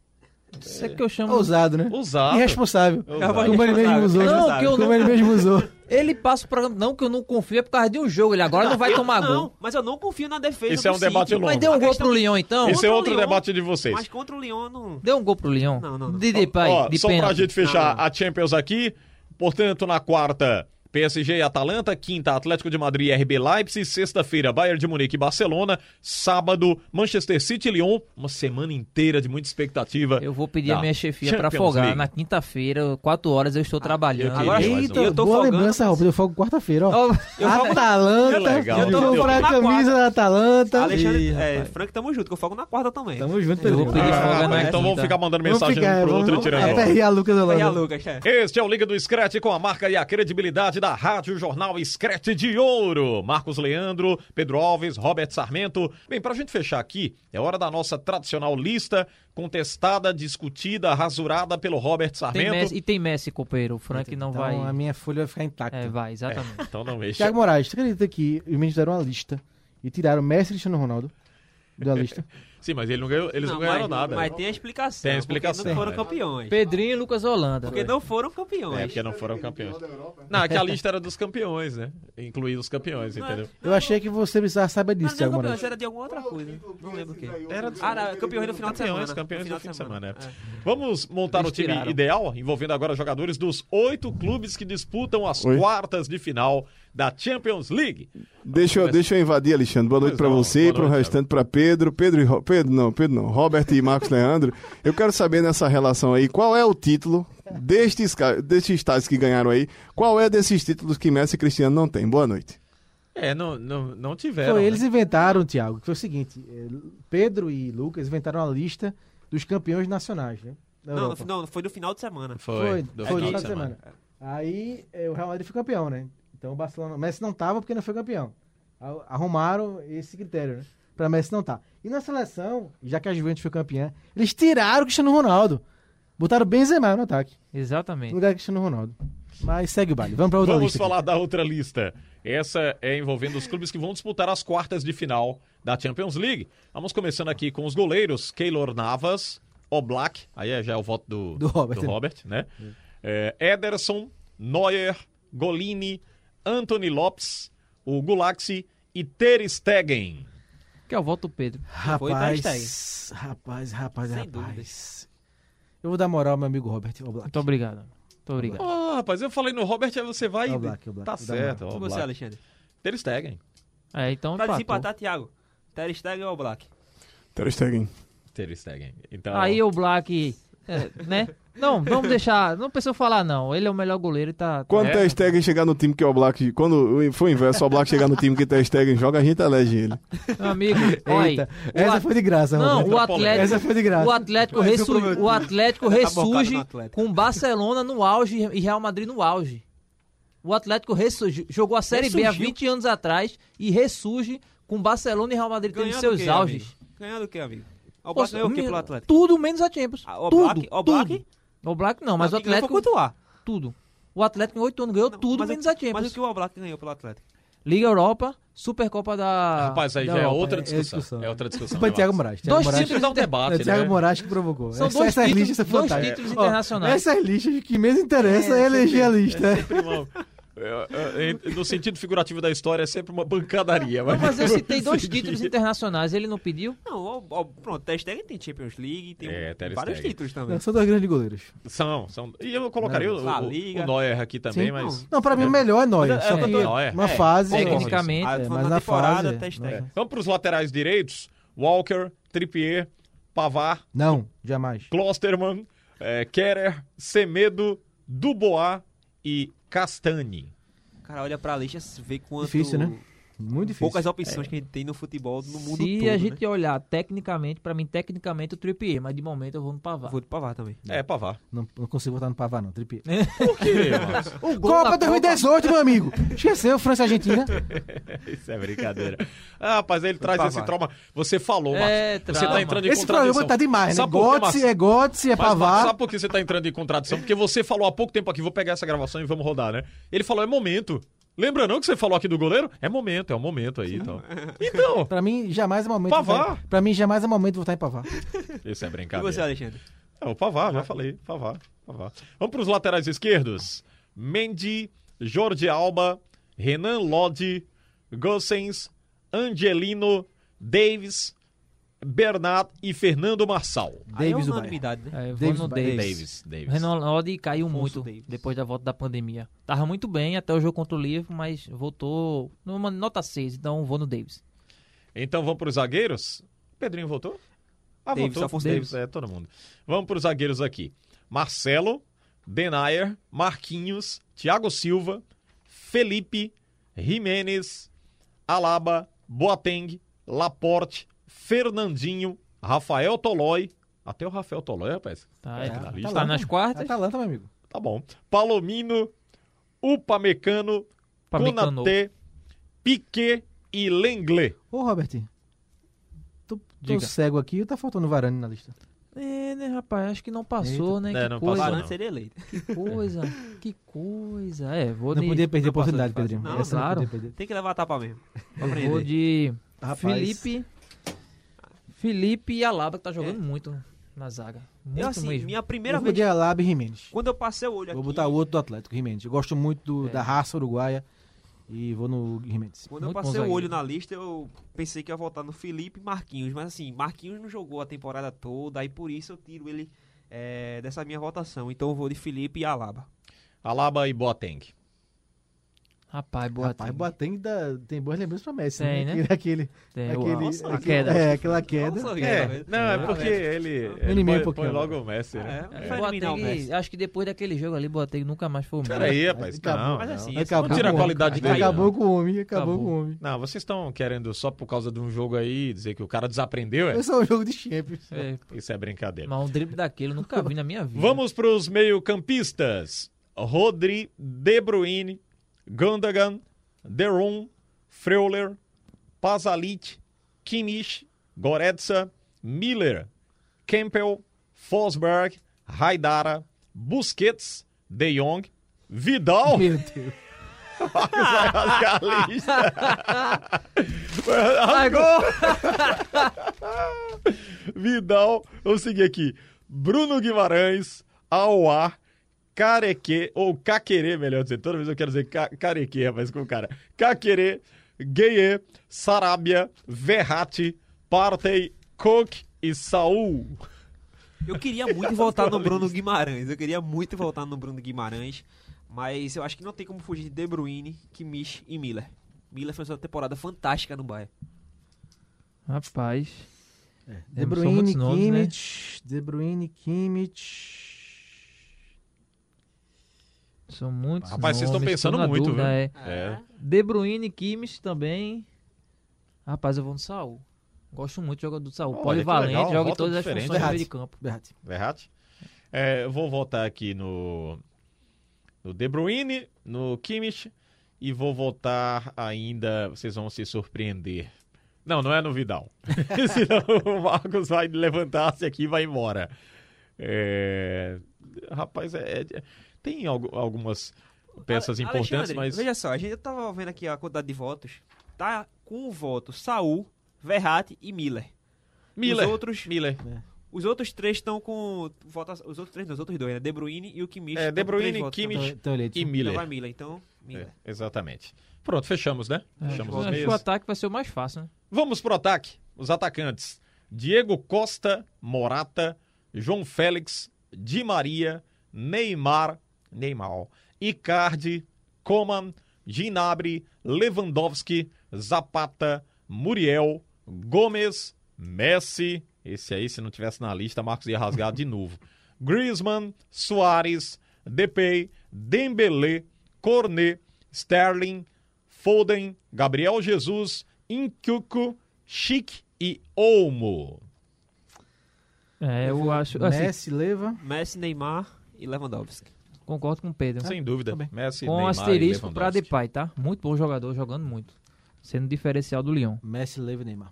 S7: Isso é que eu chamo
S5: Ousado, né?
S4: ousado.
S5: Irresponsável.
S4: Ousado.
S5: Como ele mesmo usou.
S7: Não,
S5: né?
S7: que eu não-
S5: Como ele mesmo usou.
S7: Ele passa o programa. Não, que eu não confio, é por causa de um jogo. Ele agora não vai
S6: Eu-
S7: tomar
S6: não,
S7: gol.
S6: mas eu não confio na defesa
S4: Tá Esse
S6: do
S4: é um
S6: City.
S4: debate longo.
S7: Mas deu
S6: A
S7: um gol
S6: questão
S7: pro
S6: de-
S7: Lyon, então.
S4: Esse é
S6: Contra o
S4: outro
S6: Lyon,
S4: debate de vocês.
S6: Mas contra o Lyon não.
S7: Deu um gol pro Lyon.
S6: Não, não, não.
S7: De Depay,
S4: Ó,
S7: de
S4: só pra
S7: pênalti.
S4: gente fechar
S6: Não, não.
S4: a Champions aqui. Portanto, na quarta, PSG e Atalanta. Quinta, Atlético de Madrid e RB Leipzig. Sexta-feira, Bayern de Munique e Barcelona. Sábado, Manchester City e Lyon. Uma semana inteira de muita expectativa.
S7: Eu vou pedir
S4: Tá.
S7: a minha chefia pra
S4: Champions
S7: folgar.
S4: League.
S7: Na quinta-feira, 4 horas, eu estou trabalhando.
S4: queria.
S7: Agora-
S4: mais um.
S5: Eita,
S6: Eu tô
S5: boa
S6: folgando.
S5: lembrança, Robert. Eu fogo quarta-feira, ó.
S7: Ó,
S5: Atalanta.
S4: Que legal.
S5: Eu
S4: Entendeu?
S5: vou comprar a
S6: Na
S5: camisa
S6: quarta.
S5: da Atalanta.
S6: Alexandre,
S5: Ih,
S6: é,
S5: rapaz.
S6: Frank, tamo junto, que eu fogo na quarta também.
S5: Tamo junto,
S7: Eu vou
S5: Pedro.
S7: pedir
S5: Ah,
S7: folga
S4: Ah,
S7: na
S4: então vamos
S7: quinta.
S4: ficar mandando
S5: vamos
S4: mensagem um
S5: ficar,
S4: pro outro e
S5: vamos- É, tá
S4: tirando.
S5: Até
S4: onda.
S7: né?
S5: Ria Lucas
S6: Foi a
S5: Holanda.
S6: Lucas, é.
S4: Este é o Liga do Scratch com a marca e a credibilidade da Rádio Jornal Escrete de Ouro. Marcos Leandro, Pedro Alves, Robert Sarmento. Bem, pra gente fechar aqui, é hora da nossa tradicional lista contestada, discutida, rasurada pelo Robert
S7: Tem
S4: Sarmento.
S7: Messi, e tem Messi, companheiro. O Frank não
S5: então,
S7: vai.
S5: a minha folha vai ficar intacta.
S7: É, vai, exatamente.
S4: Então não mexa.
S5: Thiago Moraes, tu acredita que os meninos deram uma lista e tiraram Messi e Cristiano Ronaldo da lista?
S4: Sim, mas ele não ganhou- eles não, ganharam
S6: mas,
S4: nada.
S6: Mas né? tem a explicação.
S4: Tem a
S6: porque
S4: explicação,
S6: Não foram
S4: é.
S6: campeões.
S7: Pedrinho e Lucas Holanda.
S6: Porque não foram
S4: É,
S6: campeões.
S4: porque não foram campeões. Não, é que a lista era dos campeões, né? Incluindo os campeões, entendeu?
S5: Eu achei que você precisava saber
S6: Não,
S5: disso,
S6: não
S7: é
S5: Thiago
S6: campeões,
S5: Moraes.
S6: era de alguma outra coisa. Não lembro o quê.
S4: Era dos
S6: Ah, não, campeões no final de semana.
S4: campeões, campeões
S6: no
S4: do fim de semana. é. Vamos montar o
S7: Eles
S4: time
S7: tiraram.
S4: ideal, envolvendo agora jogadores dos oito clubes que disputam as
S8: Oi?
S4: quartas de final da Champions League.
S8: Deixa eu, deixa eu invadir, Alexandre. Boa noite
S4: Pois
S8: pra
S4: não,
S8: você e
S4: boa
S8: para o
S4: noite,
S8: restante pra Pedro. Pedro e Ro- Pedro não, Pedro não. Robert e Marcos Leandro. Eu quero saber nessa relação aí, qual é o título destes ca- destes estádios que ganharam aí? Qual é desses títulos que Messi e Cristiano não têm? Boa noite.
S4: É, não, não, não tiveram.
S5: Foi,
S4: né?
S5: eles inventaram, Thiago, que foi o seguinte: eh, Pedro e Lucas inventaram a lista dos campeões nacionais, né? da
S6: Não,
S5: Europa.
S6: no- não, foi no final de semana.
S5: Foi,
S4: Foi, do
S5: foi no
S4: final de
S5: semana. Aí eh, o Real Madrid foi campeão, né? Então o Barcelona. Messi não tava porque não foi campeão. A- Arrumaram esse critério, né? Pra Messi não tá. E na seleção, já que a Juventus foi campeã, eles tiraram o Cristiano Ronaldo. Botaram Benzema no ataque. No
S7: Exatamente.
S5: lugar do Cristiano Ronaldo. Mas segue o baile. Vamos pra outra
S4: Vamos
S5: lista. aqui.
S4: falar da outra lista. Essa é envolvendo os clubes que vão disputar as quartas de final da Champions League. Vamos começando aqui com os goleiros: Keylor Navas, Oblak, aí é- já é o voto do,
S5: Do Robert.
S4: né? É, Ederson, Neuer, Golini, Anthony Lopes, o Gulaxi e Ter Stegen.
S7: Que é o voto do Pedro.
S6: Foi hashtag.
S5: Rapaz, rapaz, rapaz,
S6: Sem
S5: rapaz. Eu vou dar moral ao meu amigo Robert Oblak.
S7: Muito obrigado. Muito obrigado.
S4: Ah, rapaz, eu falei no Robert, aí você vai.
S5: Oblak, Oblak,
S4: tá
S5: vou dar
S4: certo,
S6: E
S4: Oblak.
S6: você, é Alexandre?
S4: Ter Stegen.
S7: É, então
S6: Pra
S7: empatou.
S6: Tá desempatar, Thiago. Ter Stegen ou Black?
S8: Ter Stegen.
S4: Ter Stegen. Então,
S7: Aí o Black, é, né? Não, vamos deixar. Não precisa falar, não. Ele é o melhor goleiro e tá.
S8: Quando
S4: É.
S8: Ter Stegen chegar no time que o Black, quando for o inverso, o Black chegar no time que Ter Stegen joga, a gente elege ele.
S7: Meu amigo, olha
S5: Eita,
S7: aí. O
S5: essa
S7: At-
S5: foi de graça,
S7: Não,
S5: Robert.
S7: o
S4: polêmica.
S5: Essa
S7: Atlético.
S5: foi de graça.
S7: O Atlético,
S6: Mas eu
S7: ressu...
S6: prometi.
S7: o Atlético
S6: Tá bocado
S7: ressurge
S6: no Atlético.
S7: com Barcelona no auge e Real Madrid no auge. O Atlético ressurge, jogou a Série B há
S6: Ressurgiu.
S7: 20 anos atrás e ressurge com Barcelona e Real Madrid tendo
S6: Ganhando
S7: seus
S6: o quê,
S7: auges.
S6: amigo? Ganhando o quê, amigo? O
S7: Pô,
S6: Black ganhou o quê pelo Atlético?
S7: Tudo menos a Champions.
S6: Ah, o
S7: tudo,
S6: Black- o
S7: tudo.
S6: Black?
S7: O Black não, mas o
S6: Não, ninguém foi
S7: Atlético
S6: cultuar.
S7: tudo. O Atlético em 8 anos ganhou
S6: Não,
S7: tudo
S6: mas o-
S7: menos a Champions.
S6: Mas o que o Oblak ganhou pelo Atlético?
S7: Liga Europa, Supercopa da
S4: Rapaz, aí
S7: da
S4: já é
S7: Europa.
S4: outra
S5: é
S4: discussão. É,
S5: discussão.
S4: outra discussão.
S5: Foi
S4: né,
S5: Thiago
S4: Marcos?
S5: Moraes. Thiago
S7: Dois
S5: Moraes.
S7: títulos de um
S5: É
S4: debate, né?
S5: Thiago Moraes que provocou.
S7: São
S5: Essa- é
S7: dois
S5: essas
S7: títulos-
S5: listas são
S7: dois
S5: fantásticas.
S7: títulos
S5: Ó,
S7: internacionais.
S5: Essas listas de que menos interessa é, eleger a lista.
S4: Irmão, é, é, é, no sentido figurativo da história, é sempre uma pancadaria.
S7: Não, mas eu citei dois
S4: Seguir.
S7: títulos internacionais, ele não pediu?
S6: Não, o, o, pronto, Ter Stegen tem Champions League, tem
S4: É,
S6: um-
S4: Ter
S6: vários
S4: Stegen.
S6: títulos também.
S5: Não, são dois grandes goleiros.
S4: São, são. E eu colocaria o,
S6: La
S4: o,
S6: Liga.
S4: o Neuer aqui também,
S5: Sim,
S4: mas.
S5: Não, pra mim o melhor é Neuer.
S7: Mas é-
S5: só
S7: é,
S5: que
S7: é,
S4: Neuer.
S5: uma
S4: É,
S5: fase...
S4: concordo.
S7: Tecnicamente,
S6: Ah,
S7: é,
S6: tô
S5: mas
S6: falando
S5: na
S6: na temporada,
S5: fase- né?
S6: Ter Stegen.
S4: Vamos para os É. Então, laterais direitos: Walker, Trippier, Pavar,
S5: Não, jamais.
S4: Klosterman, é, Kerer, Semedo, Dubois e Castagne.
S6: Cara, olha pra lista, vê quanto...
S5: Difícil, né? Muito difícil. É.
S6: Poucas opções que a gente tem no futebol no mundo
S7: Se
S6: todo,
S7: a
S6: né?
S7: gente olhar tecnicamente, pra mim, tecnicamente, o Trippier, mas de momento eu vou no Pavar.
S6: Vou de Pavar também.
S4: É, Pavar.
S5: Não, não consigo botar no Pavá, não. Tripi.
S4: Por quê, Marcos?
S7: O gol
S5: Copa
S7: da
S5: 2018, meu amigo. Esqueceu, França e Argentina.
S4: Isso é brincadeira. Ah, rapaz, ele traz esse
S6: Pavar.
S4: trauma. Você falou, Marcos.
S7: É,
S4: Você tá
S7: trauma.
S4: entrando em
S5: Esse
S4: contradição.
S5: programa tá demais, né?
S4: Sabe por quê,
S5: Gotze,
S4: Marcos?
S5: é Gotze, é
S4: Mas, Marcos,
S5: Pavá.
S4: sabe por que você tá entrando em contradição? Porque você falou há pouco tempo aqui, vou pegar essa gravação e vamos rodar, né? Ele falou, é momento. Lembra não que você falou aqui do goleiro? É momento, é o momento aí, então. Então,
S5: Pra mim, jamais é momento. de
S4: Pavá.
S5: votar em- Pra mim, jamais é momento de votar em Pavá.
S4: isso é
S6: E você,
S4: brincadeira.
S6: Alexandre?
S4: É, o Pavar, já falei, Pavar, Pavar. Vamos pros laterais esquerdos. Mendy, Jorge Alba, Renan Lodi, Gossens, Angelino, Davis, Bernard e Fernando Marçal.
S6: Aí é
S5: Davis do Bayern.
S6: unanimidade, né?
S7: É, eu
S5: Davis
S7: vou no
S5: Baer.
S7: Davis.
S4: Davis,
S7: O
S4: Davis.
S7: Renan Lodi caiu muito
S6: Davis.
S7: depois da volta da pandemia. Tava muito bem até o jogo contra o Liverpool, mas voltou numa nota 6, então vou no Davis.
S4: Então vamos para os zagueiros. Pedrinho voltou? Ah,
S6: Davis,
S4: voltou.
S6: Alphonso
S4: Davis,
S6: Davis.
S4: é todo mundo. Vamos para os zagueiros aqui. Marcelo, Denayer, Marquinhos, Thiago Silva, Felipe, Jimenez, Alaba, Boateng, Laporte, Fernandinho, Rafael Tolói. Até o Rafael Tolói, rapaz.
S7: Tá,
S4: É,
S7: tá,
S4: tá
S7: tá
S4: lista.
S7: nas quartas.
S5: Atalanta, meu amigo.
S4: Tá bom. Palomino, Upamecano,
S7: Upamecano.
S4: Konaté, Piquet e Lenglet.
S5: Ô, Robert, tu, tu
S7: Diga.
S5: cego aqui e tá faltando Varane na lista.
S7: É, né, rapaz? Acho que não passou, né?
S4: É,
S7: que
S4: não passou,
S7: coisa,
S6: Varane
S4: não.
S6: seria eleito.
S7: que coisa, que coisa. É, vou
S5: não
S7: de-
S5: podia perder a
S7: passou de
S5: oportunidade,
S7: fase.
S5: Pedrinho.
S6: Não,
S5: Essa
S7: claro.
S5: podia perder.
S6: Tem que levar a tapa mesmo. Pra
S7: Eu vou
S6: aprender.
S7: de
S5: Rapaz.
S7: Felipe. Felipe e Alaba, que tá
S5: É.
S7: jogando muito na zaga. Muito
S6: Eu, assim,
S7: mesmo.
S6: minha primeira
S5: Eu vou
S6: vez.
S5: de Alaba e Jimenez.
S6: Quando eu passei o olho
S5: Vou
S6: aqui.
S5: botar o outro do Atlético, Jimenez. Eu gosto muito do- da raça uruguaia e vou no Jimenez.
S6: Quando eu
S7: Muito bom
S6: passei o
S7: zagueiro.
S6: olho na lista, eu pensei que ia votar no Felipe e Marquinhos, mas assim, Marquinhos não jogou a temporada toda, aí por isso eu tiro ele é, dessa minha votação. Então eu vou de Felipe e Alaba.
S4: Alaba e Boateng.
S7: Rapaz, boa
S5: Rapaz, Boateng dá, tem boas lembranças pra Messi,
S7: Tem, né?
S5: Aquele, aquele,
S7: Tem,
S5: aquele,
S7: nossa, a
S5: aquele-
S7: queda.
S5: É, aquela queda.
S6: Nossa,
S4: É, não, é porque ele, ele
S5: Minimei um
S4: põe, põe
S5: pouquinho.
S4: logo o Messi,
S6: É,
S4: né?
S6: não
S4: É.
S6: foi eliminar o Messi.
S7: Boateng, acho que depois daquele jogo ali, Boateng nunca mais foi o mesmo.
S4: Peraí, rapaz.
S5: Acabou.
S4: Não,
S6: Mas
S4: não.
S6: assim,
S5: Acabou.
S4: Não tira a qualidade
S5: acabou,
S4: dele,
S5: Acabou
S4: não.
S5: com o homem, acabou,
S7: Acabou.
S5: com o homem.
S4: Não, vocês estão querendo só por causa de um jogo aí dizer que o cara desaprendeu, é?
S5: Esse é um jogo de Champions.
S7: É,
S4: Isso é brincadeira.
S7: mas um drible daquele eu nunca vi na minha vida.
S4: Vamos para os meio-campistas. Rodri, De Bruyne, Gundogan, Deron, Freuler, Pazalic, Kimmich, Goretzka, Miller, Campbell, Fosberg, Haidara, Busquets, De Jong, Vidal.
S5: Meu Deus.
S4: Vai rasgar a lista. Vidal, vamos seguir aqui. Bruno Guimarães, Auá, Careque, ou Caquerê, melhor dizer. Toda vez eu quero dizer ca Careque, rapaz, com o cara. Caquerê, Gueye, Sarabia, Verratti, Partey, Cook e Saul.
S6: Eu queria muito voltar no Bruno Guimarães. Eu queria muito voltar no Bruno Guimarães. Mas eu acho que não tem como fugir de De Bruyne, Kimmich e Miller. Miller fez uma temporada fantástica no Bayern.
S7: Rapaz.
S5: De
S7: Temos- são muitos
S5: Bruyne,
S7: nomes, né?
S5: Kimmich, De Bruyne, Kimmich.
S7: São muitos
S4: Rapaz, vocês estão
S7: nomes, tô
S4: pensando
S7: na
S4: muito,
S7: dúvida,
S4: viu?
S7: é.
S4: É.
S7: De Bruyne, Kimmich também. Rapaz, eu vou no Saul. Gosto muito do jogador do Saul.
S4: Olha, que
S7: Polivalente,
S4: legal,
S7: joga em
S4: rota
S7: todas as
S4: diferente.
S7: funções do meio de
S5: Verratti.
S7: campo.
S5: Berratti.
S4: Verratti. É, eu vou votar aqui no, no De Bruyne, no Kimmich e vou votar ainda. Vocês vão se surpreender. Não, não é no Vidal. Senão o Marcos vai levantar-se aqui e vai embora. É, rapaz, é- é- tem algu- algumas peças
S6: Ale-
S4: importantes,
S6: Alexandre,
S4: mas.
S6: Veja só, a gente eu tava vendo aqui a quantidade de votos. Tá com o voto Saul, Verratti e Miller.
S4: Miller.
S6: Os outros,
S4: Miller.
S6: os outros três estão com. Vota, os outros três, não, os outros dois, né? De Bruyne e o Kimmich.
S4: É,
S6: estão
S4: De
S6: com três
S4: Bruyne,
S6: votos
S4: Kimmich
S5: Então,
S6: também.
S5: então eleito.
S4: e
S6: Então vai
S4: Miller.
S6: Miller, então. Miller.
S4: É, exatamente. Pronto, fechamos, né? Fechamos os
S7: É, Acho que
S4: meios.
S7: o ataque vai ser o mais fácil, né?
S4: Vamos pro ataque. Os atacantes: Diego Costa, Morata, João Félix, Di Maria, Neymar, Neymar, Icardi, Coman, Ginabre, Lewandowski, Zapata, Muriel, Gomes, Messi. Esse aí, se não tivesse na lista, Marcos ia rasgar de novo. Griezmann, Soares, Depay, Dembélé, Cornet, Sterling, Foden, Gabriel Jesus, Incuco, Chic e Olmo.
S7: É, eu acho. Assim,
S5: Messi, Leva.
S6: Messi, Neymar e Lewandowski.
S7: concordo com o
S6: Ah,
S7: Pedro.
S4: Sem
S6: tá
S4: dúvida.
S5: bem.
S4: Messi,
S7: com
S4: Neymar e
S7: asterisco pra
S4: Lewandowski.
S7: Depay, tá? Muito bom jogador, jogando muito. Sendo diferencial do Lyon.
S5: Messi, Leva e Neymar.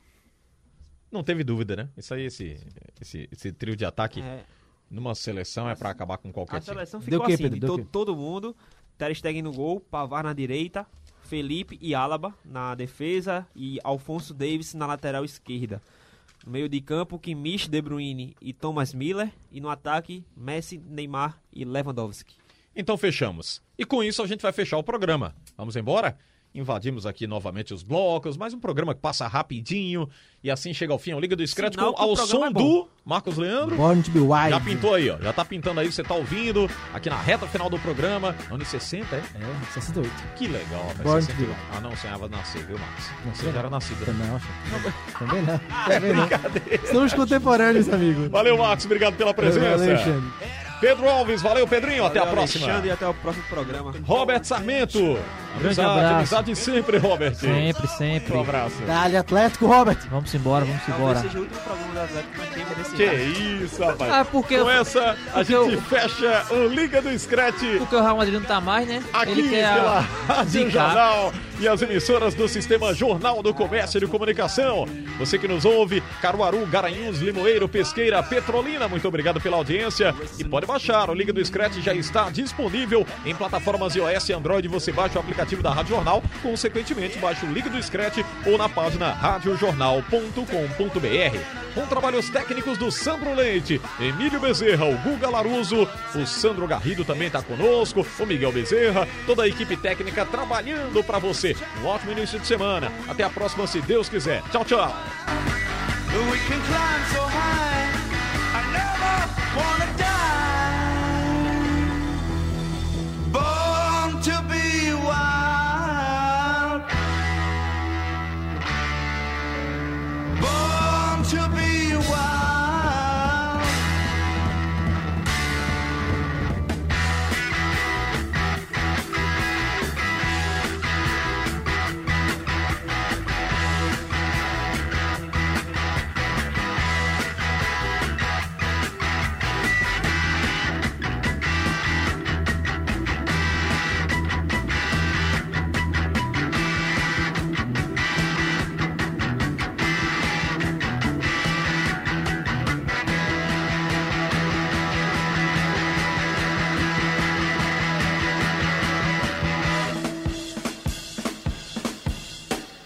S4: Não teve dúvida, né? Isso aí, esse, esse, esse trio de ataque
S6: É,
S4: numa seleção é pra acabar com qualquer
S6: a
S4: time.
S6: seleção
S5: Deu
S6: ficou
S5: quê,
S6: assim,
S5: Pedro?
S6: de
S5: Deu
S6: to-
S5: quê?
S6: todo mundo. Ter Stegen no gol, Pavar na direita, Felipe e Alaba na defesa e Alfonso Davis na lateral esquerda. No meio de campo, Kimmich, De Bruyne e Thomas Miller. E no ataque, Messi, Neymar e Lewandowski.
S4: Então fechamos. E com isso a gente vai fechar o programa. Vamos embora? Invadimos aqui novamente os blocos, mais um programa que passa rapidinho e assim chega ao fim. O Liga do Scratch
S6: Sinal
S4: com
S6: que o
S4: ao som
S6: programa é bom.
S4: do Marcos Leandro.
S5: Born to be wild.
S4: Já pintou aí, ó. Já tá pintando aí, você tá ouvindo aqui na reta final do programa. Anos 60, é?
S5: É, 68.
S4: Que legal,
S5: Born
S4: rapaz.
S5: to be
S4: 61.
S5: wild.
S4: Ah, não, sonhava nascer, viu, Marcos?
S5: Não,
S4: Você já era nascido, né?
S5: Também não, chefe. Também não. Também não. Tá Somos contemporâneos, amigo.
S4: Valeu, Marcos. Obrigado pela
S5: Valeu,
S4: presença.
S5: Alexandre.
S4: Pedro Alves, valeu, Pedrinho. Até a
S6: Valeu,
S4: próxima.
S6: Alexandre, e até o próximo programa.
S4: Robert Sarmento,
S7: Um Grande
S4: Amizade,
S7: abraço.
S4: Amizade sempre, Robert.
S7: Sempre, Tá. sempre.
S4: Um abraço.
S5: Dale Atlético, Robert.
S7: Vamos embora, vamos
S6: Talvez
S7: embora.
S6: seja o último programa do Atlético na Champions desse
S4: Que
S6: ano.
S4: isso, rapaz.
S7: Ah, porque,
S4: Com essa, a
S7: porque
S4: gente
S7: eu-
S4: fecha o Liga do Scratch.
S7: porque o Real Madrid não tá mais, né?
S4: Aqui
S7: Ele quer a-
S4: pela Rádio
S7: zicar.
S4: Jornal e as emissoras do Sistema Jornal do Comércio e de Comunicação. Você que nos ouve, Caruaru, Garanhuns, Limoeiro, Pesqueira, Petrolina, muito obrigado pela audiência. E pode baixar, o Liga do Scratch já está disponível em plataformas iOS e Android. Você baixa o aplicativo da Rádio Jornal, consequentemente baixa o Liga do Scratch ou na página radiojornal.com.br. Com trabalhos técnicos do Sandro Leite, Emílio Bezerra, o Guga Laruso, o Sandro Garrido também está conosco, o Miguel Bezerra, toda a equipe técnica trabalhando para você. Um ótimo início de semana. Até a próxima, se Deus quiser. Tchau, tchau.
S1: We can climb so high, I never wanna die. Born to be wild. Born to be wild.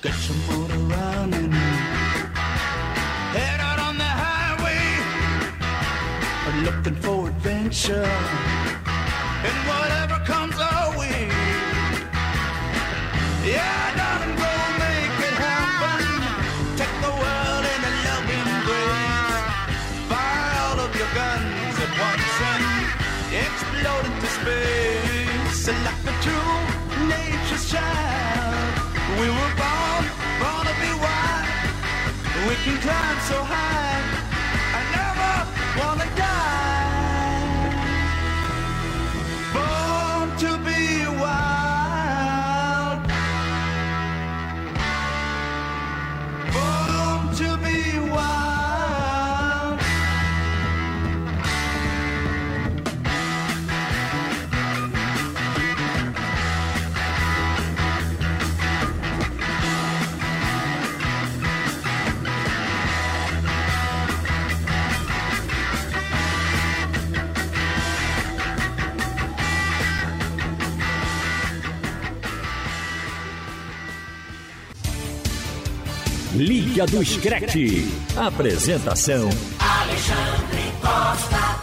S1: Get your motor running. Head out on the highway. Looking for adventure. And whatever comes our way. Yeah, darling, go make it happen. Take the world in a loving embrace. Fire all of your guns at once and explode into space. And like a true nature's child, we were born, born to be wild. We can climb so high, I never wanna die. Born to be wild. Born to be wild.
S2: Liga do Screte. Apresentação
S1: Alexandre Costa.